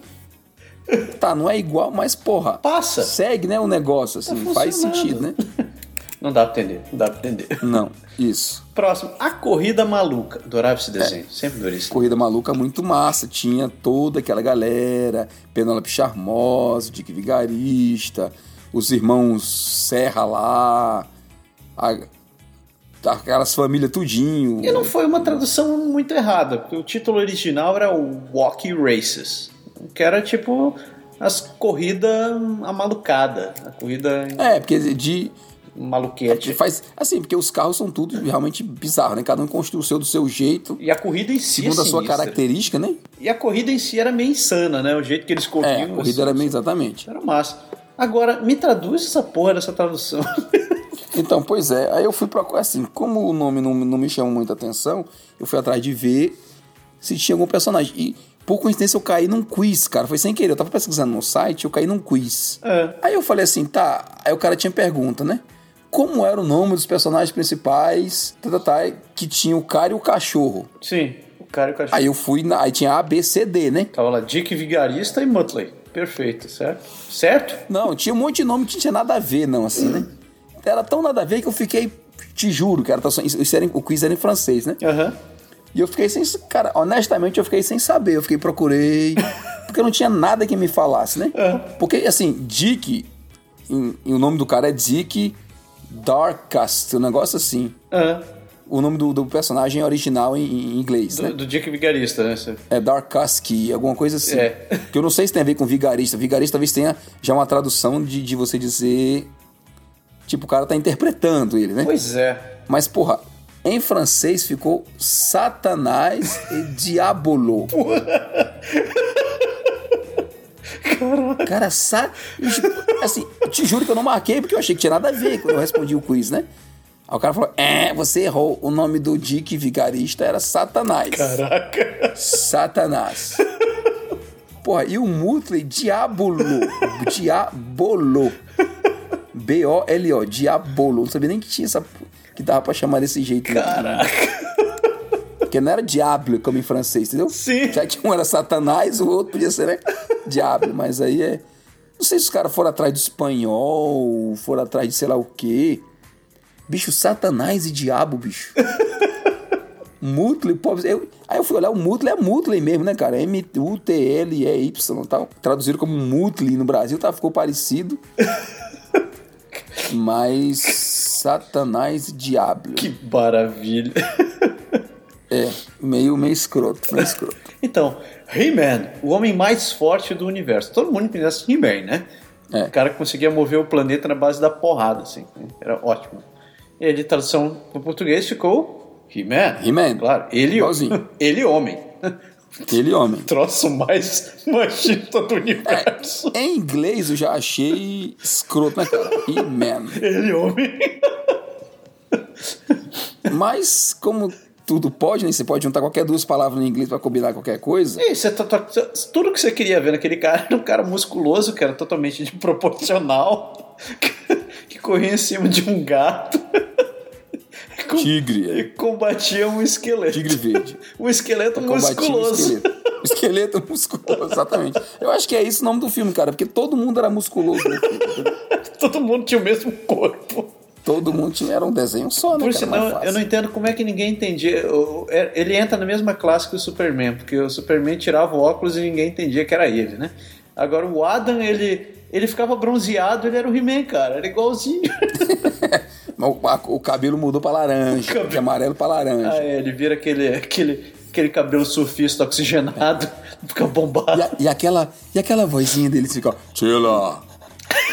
S1: tá, não é igual, mas porra.
S2: Passa.
S1: Segue, né? O negócio, assim.
S2: Tá
S1: faz
S2: funcionando.
S1: sentido, né?
S2: Não dá pra entender, não dá pra entender.
S1: Não, isso.
S2: Próximo, a corrida maluca. Adorava esse desenho, sempre adorei isso.
S1: É. Corrida Maluca muito massa, tinha toda aquela galera, Penélope Charmosa, Dick Vigarista, os irmãos Serra lá, a- aquelas famílias tudinho.
S2: E não foi uma tradução muito errada, porque o título original era o Walkie Races, que era tipo as corridas amalucada, a corrida
S1: É, porque de, de
S2: maluquete.
S1: faz assim, porque os carros são tudo realmente bizarro, né? Cada um construiu o seu do seu jeito,
S2: E Um a corrida em si é
S1: segundo a sua
S2: sinistra.
S1: característica, né?
S2: E a corrida em si era meio insana, né? O jeito que eles corriam.
S1: É, a corrida
S2: assim,
S1: era meio exatamente.
S2: era massa. Agora, me traduz essa porra dessa tradução.
S1: Então, pois é, aí eu fui pra. Assim, como o nome não, não me chamou muita atenção, eu fui atrás de ver se tinha algum personagem. E por coincidência eu caí num quiz, cara. Foi sem querer. Eu tava pesquisando no site, eu caí num quiz.
S2: É.
S1: Aí eu falei assim, tá. Aí o cara tinha pergunta, né? Como era o nome dos personagens principais tá, tá, tá, que tinha o cara e o cachorro?
S2: Sim, o cara e o cachorro.
S1: Aí eu fui. Na, aí tinha A, B, C, D, né?
S2: Tava lá Dick Vigarista e Muttley. Perfeito, certo? Certo?
S1: Não, tinha um monte de nome que não tinha nada a ver, não, assim, né? Era tão nada a ver que eu fiquei. Te juro, cara. tá só- Isso era, em- o quiz era em francês, né?
S2: Aham.
S1: E eu fiquei sem. Cara, honestamente, eu fiquei sem saber. Eu fiquei, procurei. Porque não tinha nada que me falasse, né?
S2: É.
S1: Porque, assim, Dick. em- e o nome do cara é Dick Darkast, um negócio assim.
S2: Aham.
S1: O nome do, do personagem é original em, em inglês, né?
S2: Do, do Dick Vigarista, né? Você-
S1: É Darkaski, alguma coisa assim.
S2: É.
S1: Que eu não sei se tem a ver com vigarista. Vigarista talvez tenha já uma tradução de, de você dizer. Tipo, o cara tá interpretando ele, né?
S2: Pois é.
S1: Mas, porra, em francês ficou Satanás e Diabolo. Cara, sa... assim, eu te juro que eu não marquei porque eu achei que tinha nada a ver quando eu respondi o quiz, né? Aí o cara falou: É, você errou. O nome do Dick Vigarista era Satanás.
S2: Caraca.
S1: Satanás. Porra, e o Mutley, Diabolo. Diabolo. B-O-L-O, Diabolo. Não sabia nem que tinha essa. p- que dava pra chamar desse jeito. né?
S2: Caraca.
S1: Porque não era Diablo como em francês, entendeu?
S2: Sim.
S1: Já que um era Satanás, o outro podia ser, né? Diablo, mas aí é. Não sei se os caras foram atrás do espanhol, foram atrás de sei lá o quê. Bicho, Satanás e Diabo, bicho. Mutley, pobre. eu- aí eu fui olhar, o Mutley é Mutley mesmo, né, cara? M-U-T-L-E-Y e tal. Traduziram como Mutley no Brasil, tá? Ficou parecido. Mas. Satanás e Diablo.
S2: Que maravilha.
S1: É, meio, meio escroto, meio escroto.
S2: Então, He-Man, o homem mais forte do universo. Todo mundo conhece He-Man, né?
S1: É.
S2: O cara que conseguia mover o planeta na base da porrada, assim. né? Era ótimo. E aí, de tradução para português ficou He-Man.
S1: He-Man.
S2: Claro. Ele,
S1: Igualzinho.
S2: ele homem.
S1: Aquele homem.
S2: Troço mais machista do universo.
S1: Em É. inglês eu já achei escroto, né, cara? He-Man.
S2: Ele homem.
S1: Mas, como tudo pode, né? Você pode juntar qualquer duas palavras em inglês para combinar qualquer coisa.
S2: E você tá- tá- tudo que você queria ver naquele cara era um cara musculoso, que era totalmente desproporcional, que, que corria em cima de um gato com-
S1: Tigre.
S2: e
S1: é.
S2: combatia um esqueleto.
S1: Tigre verde.
S2: Um esqueleto
S1: Combativo
S2: musculoso.
S1: Esqueleto. esqueleto musculoso, exatamente. Eu acho que é isso o nome do filme, cara, porque todo mundo era musculoso. no filme, entendeu?
S2: Todo mundo tinha o mesmo corpo.
S1: Todo mundo tinha, era um desenho só, né?
S2: Por
S1: cara,
S2: sinal,
S1: mais fácil.
S2: eu não entendo como é que ninguém entendia. O- é- Ele entra na mesma classe que o Superman, porque o Superman tirava o óculos e ninguém entendia que era ele, né? Agora o Adam, ele, ele ficava bronzeado, ele era o He-Man, cara. Era igualzinho.
S1: Mas o, a- o cabelo mudou pra laranja, de amarelo pra laranja.
S2: Ah, é, ele vira aquele, aquele, aquele cabelo surfista oxigenado, fica
S1: E,
S2: bombado.
S1: a- e aquela, e aquela vozinha deles fica, Tila,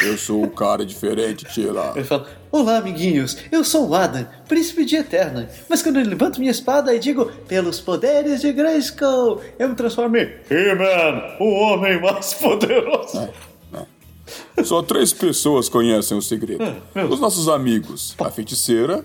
S1: eu sou um cara diferente, Tila.
S2: Ele fala: Olá, amiguinhos, eu sou o Adam, príncipe de Eterna. Mas quando eu levanto minha espada e digo, pelos poderes de Grayskull, eu me transformo em He-Man, o homem mais poderoso.
S1: Só três pessoas conhecem o segredo.
S2: Ah,
S1: Os nossos amigos, a feiticeira,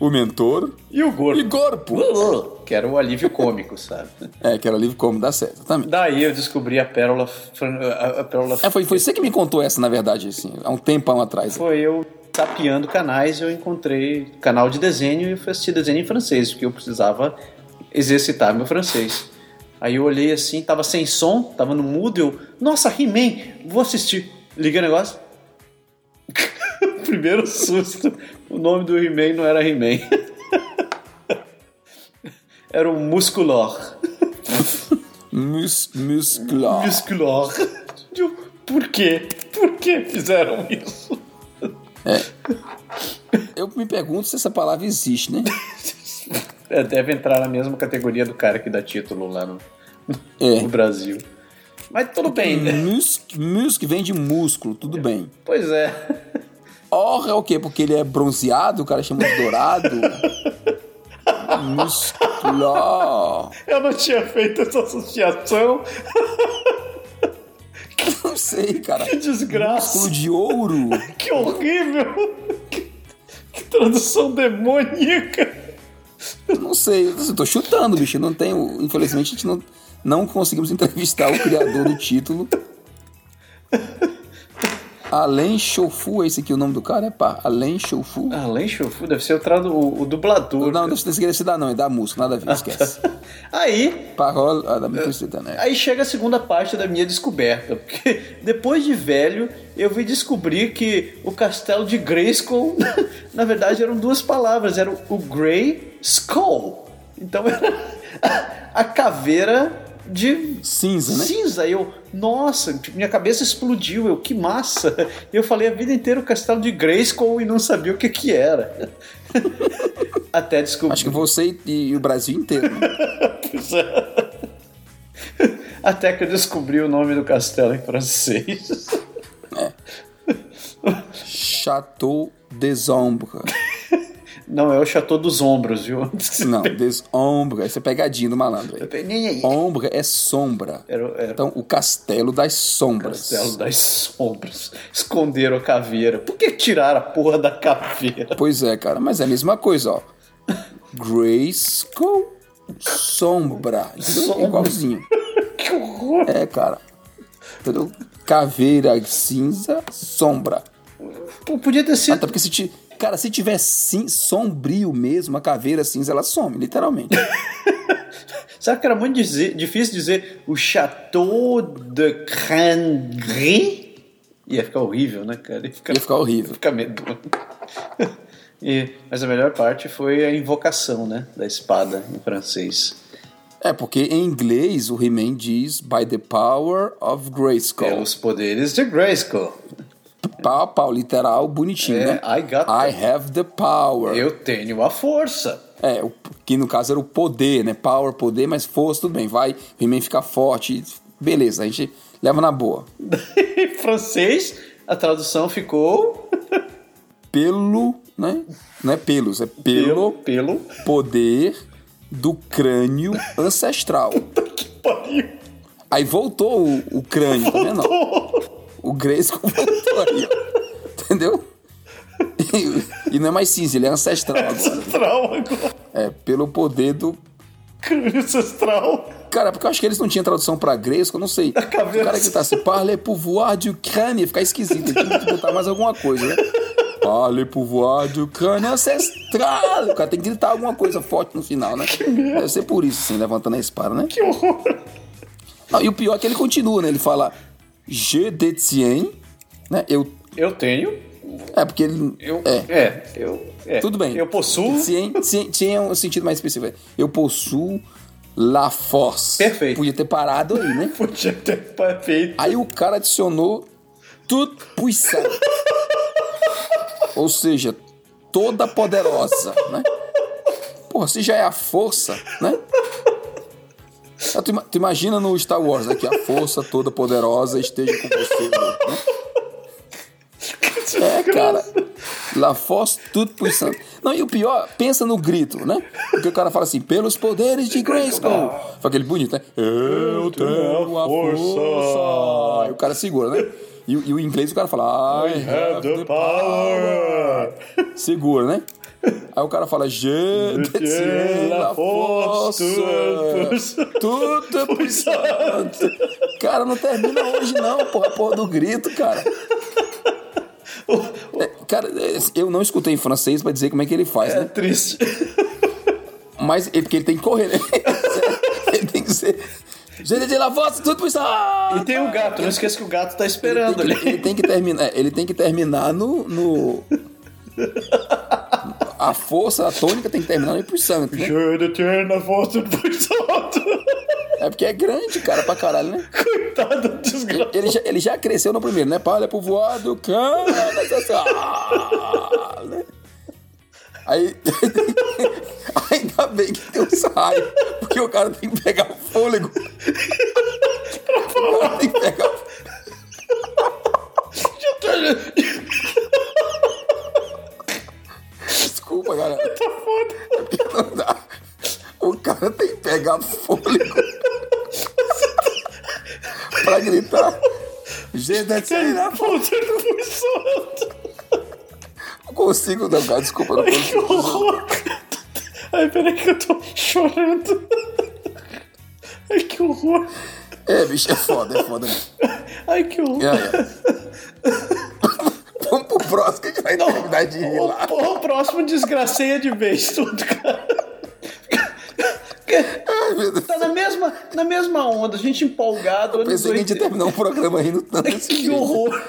S1: o mentor
S2: E o gordo.
S1: e Gorpo.
S2: Que era o alívio cômico, sabe?
S1: É, que era livre como dá certo, também.
S2: Daí eu descobri a pérola. fran- A, a pérola
S1: É, foi, foi você que me contou essa, na verdade, assim, há um tempão atrás.
S2: Foi eu tapeando canais, eu encontrei canal de desenho e eu fui assistir desenho em francês, porque eu precisava exercitar meu francês. Aí eu olhei assim, tava sem som, tava no mudo, eu, nossa, He-Man, vou assistir. Liguei o negócio. Primeiro susto, o nome do He-Man não era He-Man. era o Musculor.
S1: Mus, muscular.
S2: Musculor. Eu, um, Por quê? Por que fizeram isso?
S1: Eu me pergunto se essa palavra existe, né?
S2: É, deve entrar na mesma categoria do cara que dá título lá no,
S1: É.
S2: no Brasil. Mas tudo bem, né?
S1: Mus, mus que vem de músculo, tudo bem.
S2: Pois é.
S1: Or é o quê? Porque ele é bronzeado, o cara chama de dourado. Muscular.
S2: Eu não tinha feito essa associação.
S1: Não sei, cara.
S2: Que desgraça.
S1: Músculo de ouro.
S2: Que horrível. Que, que tradução demoníaca.
S1: Eu não sei. Eu tô chutando, bicho. Eu Não tenho. Infelizmente, a gente não, não conseguimos entrevistar o criador do título. Alain Chofu, é esse aqui o nome do cara? É pá. Alain Chofu.
S2: Além Chofu, Ah, deve ser o, tradu o, o dublador.
S1: Não, não esquece da não, é da música, nada a ver, esquece.
S2: Aí,
S1: Parol, ah, da música, né?
S2: aí chega a segunda parte da minha descoberta. Porque depois de velho, eu vim descobrir que o castelo de Grayskull, na verdade, eram duas palavras. Era o Grey Skull. Então era a caveira de
S1: Cinza, né?
S2: cinza. Eu, nossa, tipo, minha cabeça explodiu. Eu, que massa. Eu falei a vida inteira o castelo de Grayskull e não sabia o que que era. Até descobrir.
S1: Acho que você e, e o Brasil inteiro. né?
S2: Até que eu descobri o nome do castelo em francês.
S1: Chateau des Ombres.
S2: Não, é o Chateau dos Ombros, viu?
S1: Não, des Ombres. Essa é pegadinha do malandro aí. Ombra é sombra.
S2: Era, era
S1: Então, o Castelo das
S2: o
S1: Sombras.
S2: castelo das sombras. Esconderam a caveira. Por que tiraram a porra da caveira?
S1: Pois é, cara, mas é a mesma coisa, ó. Grayskull Sombra. Entendeu?
S2: Sombra.
S1: Igualzinho.
S2: Que horror!
S1: É, cara. Entendeu? Caveira cinza, sombra.
S2: Pô, podia ter sido.
S1: Até porque se ti- Cara, se tiver sim, sombrio mesmo, a caveira cinza, ela some, literalmente.
S2: Sabe que era muito dizer- difícil dizer o Chateau de Cangri? Ia ficar horrível, né, cara? Ia ficar,
S1: Ia ficar horrível.
S2: ficar medonho. E- mas a melhor parte foi a invocação, né? Da espada em francês.
S1: É, porque em inglês o He-Man diz By the power of Grayskull.
S2: Pelos É poderes de Grayskull.
S1: Pau, pau, literal, bonitinho,
S2: É,
S1: né?
S2: I got
S1: I have the power.
S2: Eu tenho a força.
S1: É, o, que no caso era o poder, né? Power, poder, mas força, tudo bem. Vai, He-Man fica forte, beleza, a gente leva na boa.
S2: em francês, a tradução ficou.
S1: Pelo, né? Não é pelos, é pelo,
S2: Pelo.
S1: poder do crânio ancestral.
S2: Que pariu.
S1: Aí voltou o, o crânio, tá vendo? O Grayskull voltou aí, ó. Entendeu? E, e não é mais cinza, ele é ancestral agora.
S2: Trauma agora.
S1: É, pelo poder do.
S2: Crânio ancestral.
S1: Cara, porque eu acho que eles não tinham tradução pra grego, eu não sei.
S2: Da cabeça.
S1: O cara que tá assim, parle pour voir du crâne, fica esquisito, tem que botar mais alguma coisa, né? Parle pour voir du crâne ancestral. O cara tem que gritar alguma coisa forte no final, né? Deve ser por isso, assim, levantando a espada, né?
S2: Que horror.
S1: Não, e o pior é que ele continua, né? Ele fala, je détiens, né? Eu.
S2: Eu tenho.
S1: É, porque ele.
S2: Eu,
S1: é.
S2: é. eu. é.
S1: Tudo bem.
S2: Eu possuo.
S1: Tien, tien, tien é um sentido mais específico. Eu possuo La Force.
S2: Perfeito.
S1: Podia ter parado aí, né?
S2: Podia ter feito.
S1: Aí o cara adicionou tudo puissant. Ou seja, toda poderosa, né? Porra, se já é a força, né? Ah, Tu, ima- tu imagina no Star Wars, né? Que a força toda poderosa esteja com você, né? É, cara. La Force tudo puissante. Não, e o pior, pensa no grito, né? Porque o cara fala assim, pelos poderes de Grayskull. Faz aquele bonito, né? Eu tenho a
S2: força.
S1: força. Aí o cara segura, né? E, o- e o inglês o cara fala, I have the Ah, power. Segura, né? Aí o cara fala, Je détiens la force. Tudo puissante. Cara, não termina hoje não, porra, porra do grito, cara. É, Cara, é, eu não escutei em francês pra dizer como é que ele faz,
S2: É
S1: né?
S2: triste.
S1: Mas é porque ele tem que correr, né? ele tem que ser. Gente de la voz, tudo por isso.
S2: E tem o gato, não esqueça que o gato tá
S1: Ele
S2: esperando
S1: tem que, ele
S2: ali.
S1: tem que terminar. é, Ele tem que terminar no. no- A força, a tônica tem que terminar no pulsante, né?
S2: Juro, tira a força do puissante.
S1: É porque é grande, cara, pra caralho, né?
S2: Coitado do
S1: Ele,
S2: desgraçado.
S1: ele já, ele já cresceu no primeiro, né? Palha pro voar do cano. né? Aí. Ainda bem que tem um saio, porque o cara tem que pegar o fôlego. O cara tem que pegar. Desculpa, cara. Tá foda. Não dá. O cara tem que pegar fôlego pra gritar. Gente, é de sair na
S2: Força do puissante.
S1: Não consigo, não, cara. Desculpa, não
S2: Que
S1: consigo.
S2: horror. Ai, peraí que eu tô chorando. Ai, que horror.
S1: É, bicho, é foda, é foda.
S2: Ai, que horror.
S1: É, é. Vamos pro próximo que a gente vai terminar de rir lá.
S2: O, o próximo desgraceia de vez tudo, cara.
S1: Ai, meu Deus.
S2: Tá na mesma, na mesma onda, a gente empolgado. anos
S1: Pensei que a gente ia
S2: 80.
S1: terminar um programa rindo tanto. assim, desse
S2: Que
S1: jeito.
S2: horror!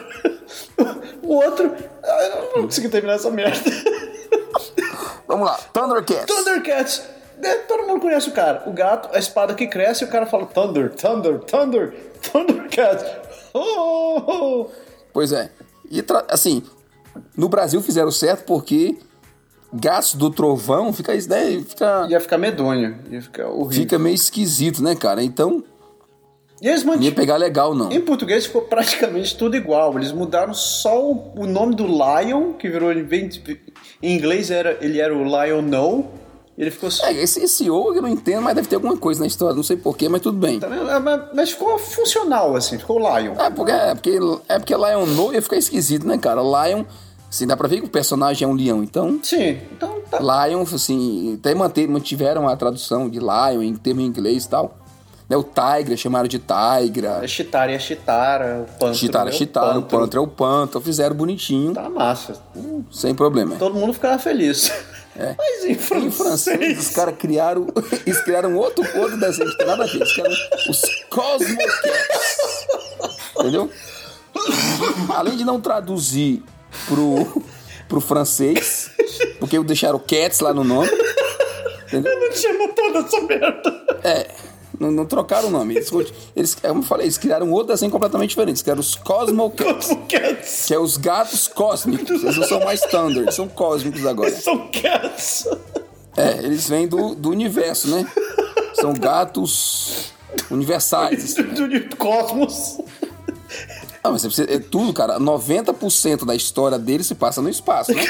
S2: O outro. Ah, Eu não consegui terminar essa merda.
S1: Vamos lá, Thundercats.
S2: Thundercats! né, todo mundo conhece o cara. O gato, a espada que cresce, e o cara fala Thunder, Thunder, Thunder, Thundercats! Oh, oh, oh.
S1: Pois é. E tra- assim, no Brasil fizeram certo porque gasto do trovão fica isso, né? Fica,
S2: Ia ficar medonho, ia ficar horrível.
S1: fica meio esquisito, né, cara? Então,
S2: E eles
S1: não ia
S2: mantinham.
S1: pegar legal, não.
S2: Em português ficou praticamente tudo igual. Eles mudaram só o, o nome do Lion, que virou. Em inglês era, ele era o Lion No. Ele ficou só.
S1: É, esse, esse ovo eu não entendo, mas deve ter alguma coisa na história, não sei porquê, mas tudo bem.
S2: Tá vendo? É, mas- Mas ficou funcional, assim, ficou o Lion.
S1: É porque, é porque, é porque Lion No ia ficar esquisito, né, cara? Lion, assim, dá pra ver que o personagem é um leão, então.
S2: Sim, então tá.
S1: Lion, assim, até manter, mantiveram a tradução de Lion em termo em inglês e tal. Né, o Tigra, chamaram de Tigra.
S2: A Chitara é a Chitara, o Pantro.
S1: Chitara,
S2: é o
S1: Chitara, o
S2: Pantro.
S1: Panther é o Panther. Fizeram bonitinho,
S2: Tá massa. Hum,
S1: sem problema.
S2: Todo mundo ficava feliz. Mas em
S1: É. Em francês, os
S2: francês.
S1: caras criaram, eles criaram um outro, outro desenho, que não tem nada a ver. Eles criaram os Cosmocats. Entendeu? Além de não traduzir pro, pro francês, porque deixaram Cats lá no nome,
S2: Eu
S1: né?
S2: não tinha notado essa merda.
S1: é, não, não trocaram o nome. Eles, eles, é como eu falei, eles criaram um outro desenho completamente diferente. Eles criaram os Cosmocats,
S2: Como cats.
S1: que é os gatos cósmicos. Eles não são mais standard, eles são cósmicos agora.
S2: São cats.
S1: É, eles vêm do, do universo, né? São gatos universais.
S2: Do do cosmos.
S1: Ah, mas você precisa, é tudo, cara. 90% da história deles se passa no espaço, né?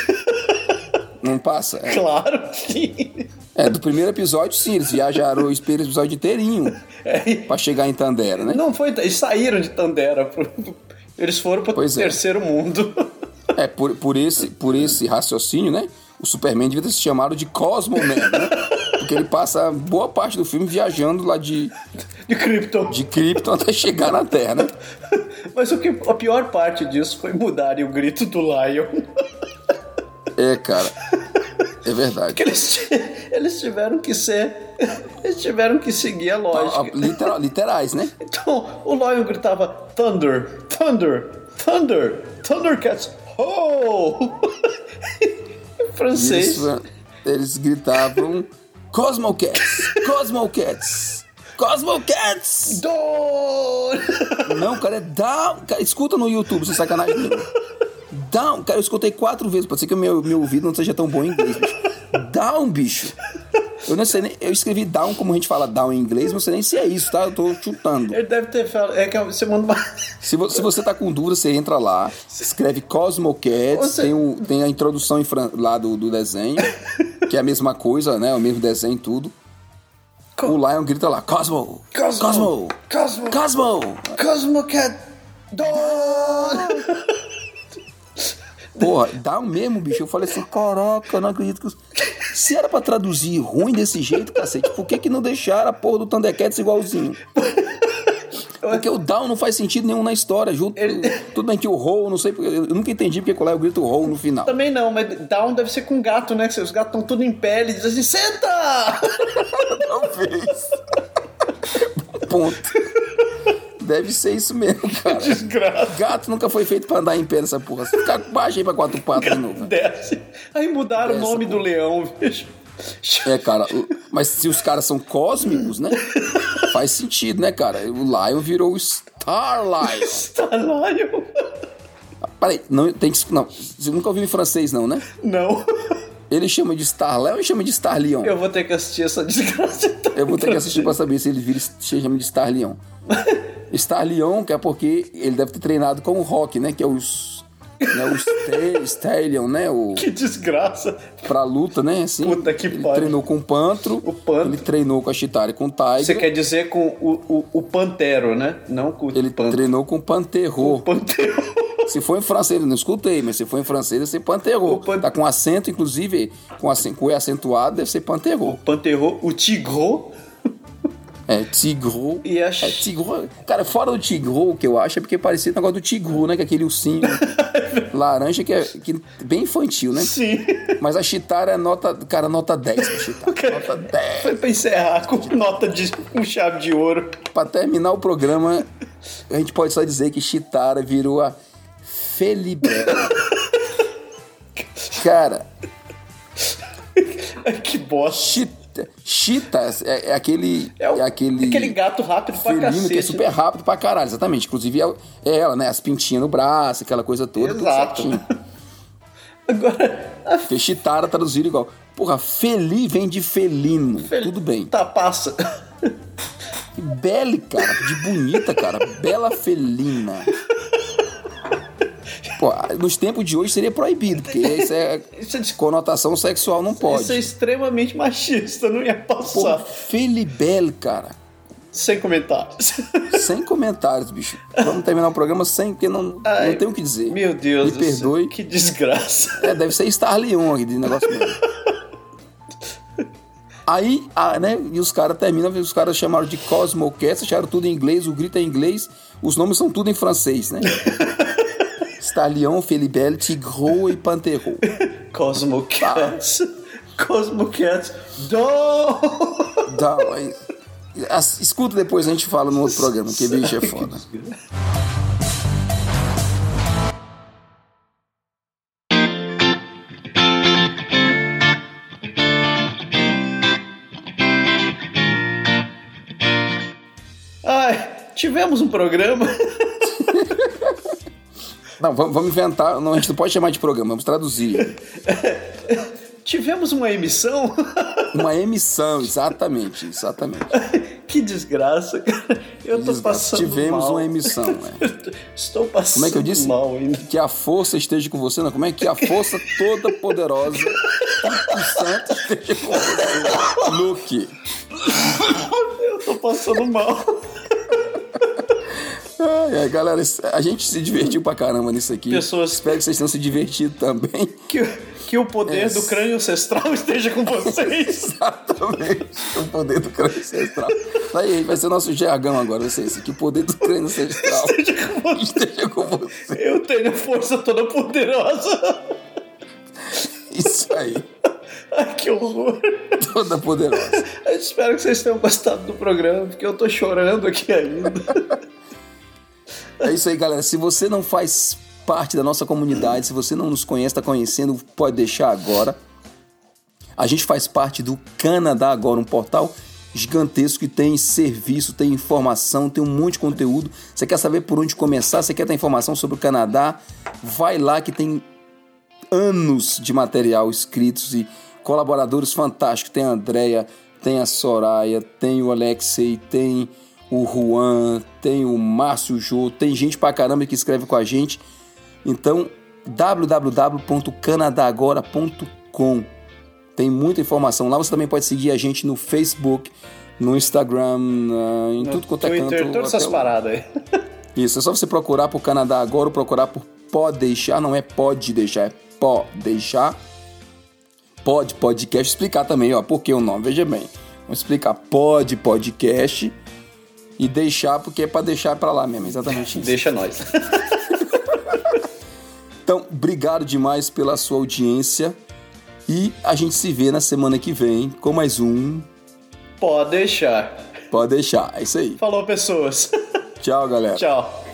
S1: Não passa. É,
S2: Claro que.
S1: É, do primeiro episódio, sim, eles viajaram o espelho episódio inteirinho
S2: É.
S1: pra chegar em Tandera, né?
S2: Não foi. Eles saíram de Tandera. pro- Eles foram pro
S1: Pois é.
S2: terceiro mundo.
S1: É, por, por, esse, por esse raciocínio, né? o Superman devia ter se chamado de Cosmo Man, né? Porque ele passa boa parte do filme viajando lá de,
S2: De Krypton.
S1: de Krypton até chegar na Terra, né?
S2: Mas o que, a pior parte disso foi mudarem o grito do Lion.
S1: É, cara. É
S2: Que
S1: verdade.
S2: eles, ti- eles tiveram que ser. Eles tiveram que seguir a
S1: Ah,
S2: lógica.
S1: litera- literais, né?
S2: Então o Lion gritava Thunder, Thunder, Thunder, Thundercats, Ho! em
S1: E
S2: francês.
S1: eles, eles gritavam Cosmo Cats! Cosmo Cats! Cosmo Cats!
S2: Dor!
S1: Não, cara, é down. Cara, escuta no YouTube, sem sacanagem nenhuma. Down, cara, eu escutei quatro vezes. Pode ser que o meu, meu ouvido não seja tão bom em inglês, bicho. Down, bicho. Eu não sei nem. Eu escrevi down como a gente fala down em inglês, mas não sei nem se é isso, tá? Eu tô chutando.
S2: Ele deve ter falado. É que você manda uma.
S1: Se, vo- se você tá com dúvida, você entra lá, escreve Cosmo Cats,
S2: Você-
S1: tem, o- tem a introdução em fran- lá do, do desenho, que é a mesma coisa, né? O mesmo desenho e tudo.
S2: Co-
S1: O Lion grita lá, Cosmo!
S2: Cosmo!
S1: Cosmo!
S2: Cosmo!
S1: Cosmo!
S2: Cosmo Cat! Dor!
S1: Porra, dá o mesmo, bicho. Eu falei assim, caraca, eu não acredito que... os- Se era pra traduzir ruim desse jeito, cacete, por que que não deixaram a porra do Thundercats igualzinho? Porque o down não faz sentido nenhum na história, junto... Tudo bem que o roll, não sei... porque- Eu nunca entendi porque lá eu grito roll no final.
S2: Também não, mas down deve ser com gato, né? Que os gatos estão tudo em pele, diz assim, senta!
S1: Talvez. Ponto. Deve ser isso mesmo, cara.
S2: Desgraça.
S1: Gato nunca foi feito pra andar em pé nessa porra. Se ficar baixa aí pra quatro patas de novo.
S2: Desce. Aí mudaram o
S1: Desce,
S2: nome
S1: pô.
S2: do leão, bicho.
S1: É, cara, o- mas se os caras são cósmicos, né? Faz sentido, né, cara? O Lion virou o Star Lion.
S2: Estalório?
S1: Peraí, não, tem que. Não, você nunca ouviu em francês, não, né?
S2: Não.
S1: Ele chama de Star Lion e chama de Star Lion. Eu,
S2: Eu vou ter que assistir essa desgraça. então.
S1: vou ter que assistir pra saber se ele vira, se chama de Star Lion. Star Lion, que é porque ele deve ter treinado com o Rock, né? Que é os. Né, o Stal- Stallion, né? O,
S2: Que desgraça.
S1: pra luta, né? Assim,
S2: Puta que
S1: ele
S2: pariu.
S1: treinou com o Pantro.
S2: O Pantro.
S1: Ele treinou com a Chitari com o Tiger.
S2: Você quer dizer com o, o, o pantero, né? Não com o
S1: Ele
S2: pan-
S1: treinou com o Panterro.
S2: o pantero.
S1: Se for em francês, eu não escutei, mas se for em francês, deve ser panterro.
S2: O pan-
S1: Tá com acento, inclusive, com acento, com E acentuado, deve ser
S2: O
S1: panterro.
S2: pantero, o tigro.
S1: É tigro.
S2: E a-
S1: É tigro. Cara, fora do tigro, o que eu acho, é porque parecia o negócio do tigro, né? Que é aquele ursinho laranja que é que é bem infantil, né?
S2: Sim.
S1: Mas a chitara é nota. Cara, nota 10 pra chitara. Nota 10.
S2: Foi pra encerrar com nota de com chave de ouro.
S1: Pra terminar o programa, a gente pode só dizer que Chitara virou a Felibela. Cara,
S2: Ai, Que bosta.
S1: Chita, Chitas é, é aquele.
S2: É, o,
S1: é aquele.
S2: aquele gato rápido pra
S1: felino
S2: cacete. né?
S1: que é super rápido pra caralho, exatamente. Inclusive é, é ela, né? As pintinhas no braço, aquela coisa toda. tudo
S2: Exato.
S1: certinho.
S2: Agora, a
S1: Porque Chitara traduziram igual. Porra, Feli vem de felino.
S2: fel-
S1: Tudo bem.
S2: Tá, passa.
S1: Que bela, cara. De bonita, cara. Bela felina. Pô, nos tempos de hoje seria proibido, porque isso é.
S2: Isso é, des-
S1: Conotação sexual não pode.
S2: isso é extremamente machista, não ia
S1: Porra,
S2: passar.
S1: Felibel, cara.
S2: Sem comentários.
S1: Sem comentários, bicho. Vamos terminar o programa sem, porque não,
S2: Ai,
S1: não tem o que dizer.
S2: Meu Deus
S1: Me
S2: do céu,
S1: perdoe.
S2: Que desgraça.
S1: É, deve ser Star Leon aqui de negócio mesmo. Aí, a- né, e os caras terminam, os caras chamaram de Cosmo Cats, acharam tudo em inglês, o grito é em inglês, os nomes são tudo em francês, né? Star Leon, Felibel, Tigro e Panterro.
S2: Cosmo Cats. Ah. Cosmo Cats. Do!
S1: Dá, aí- as- escuta depois, a gente fala no outro programa, que bicho é foda.
S2: Ai, tivemos um programa.
S1: Não, vamos, vamos inventar, não, a gente não pode chamar de programa, vamos traduzir.
S2: Tivemos uma emissão.
S1: Uma emissão, exatamente, exatamente.
S2: Que desgraça, cara. Eu tô passando
S1: Tivemos
S2: mal.
S1: uma emissão, é.
S2: Eu tô- Estou passando
S1: Como é que eu disse?
S2: mal ainda.
S1: Que a força esteja com você, não? Como é que a força toda poderosa do santo esteja com você? Luke.
S2: Eu tô passando mal.
S1: Ai, ai, galera, a gente se divertiu pra caramba nisso aqui.
S2: Pessoas-
S1: Espero que vocês tenham se divertido também.
S2: Que, que o poder
S1: É.
S2: do crânio ancestral esteja com vocês.
S1: Exatamente. O poder do crânio ancestral. Tá aí, vai ser o nosso jargão agora, vai ser esse aqui. O poder do crânio ancestral
S2: Esteja com vocês.
S1: esteja com você.
S2: Eu tenho a força toda poderosa.
S1: Isso aí.
S2: Ai, que horror.
S1: Toda poderosa.
S2: Eu espero que vocês tenham gostado do programa, porque eu tô chorando aqui ainda.
S1: É isso aí, galera. Se você não faz parte da nossa comunidade, se você não nos conhece, tá conhecendo, pode deixar agora. A gente faz parte do Canadá Agora, um portal gigantesco que tem serviço, tem informação, tem um monte de conteúdo. Você quer saber por onde começar? Você quer ter informação sobre o Canadá? Vai lá que tem anos de material escritos e colaboradores fantásticos. Tem a Andrea, tem a Soraya, tem o Alexei, tem o Juan, tem o Márcio Jô, tem gente pra caramba que escreve com a gente. Então, www.canadagora.com. Tem muita informação lá. Você também pode seguir a gente no Facebook, no Instagram, na- em tudo quanto é canto.
S2: Twitter, todas essas
S1: até o-
S2: paradas aí.
S1: isso, é só você procurar por Canadá agora ou procurar por Pode Deixar, não é Pode Deixar, é Pode Deixar. Pode Podcast, explicar também, ó, por que o nome, veja bem. Vamos explicar Pode Podcast e deixar, porque é pra deixar pra lá mesmo, exatamente isso.
S2: Deixa nós.
S1: Então, obrigado demais pela sua audiência e a gente se vê na semana que vem com mais um
S2: Pode deixar.
S1: Pode Deixar. É isso aí.
S2: Falou, pessoas.
S1: Tchau, galera.
S2: Tchau.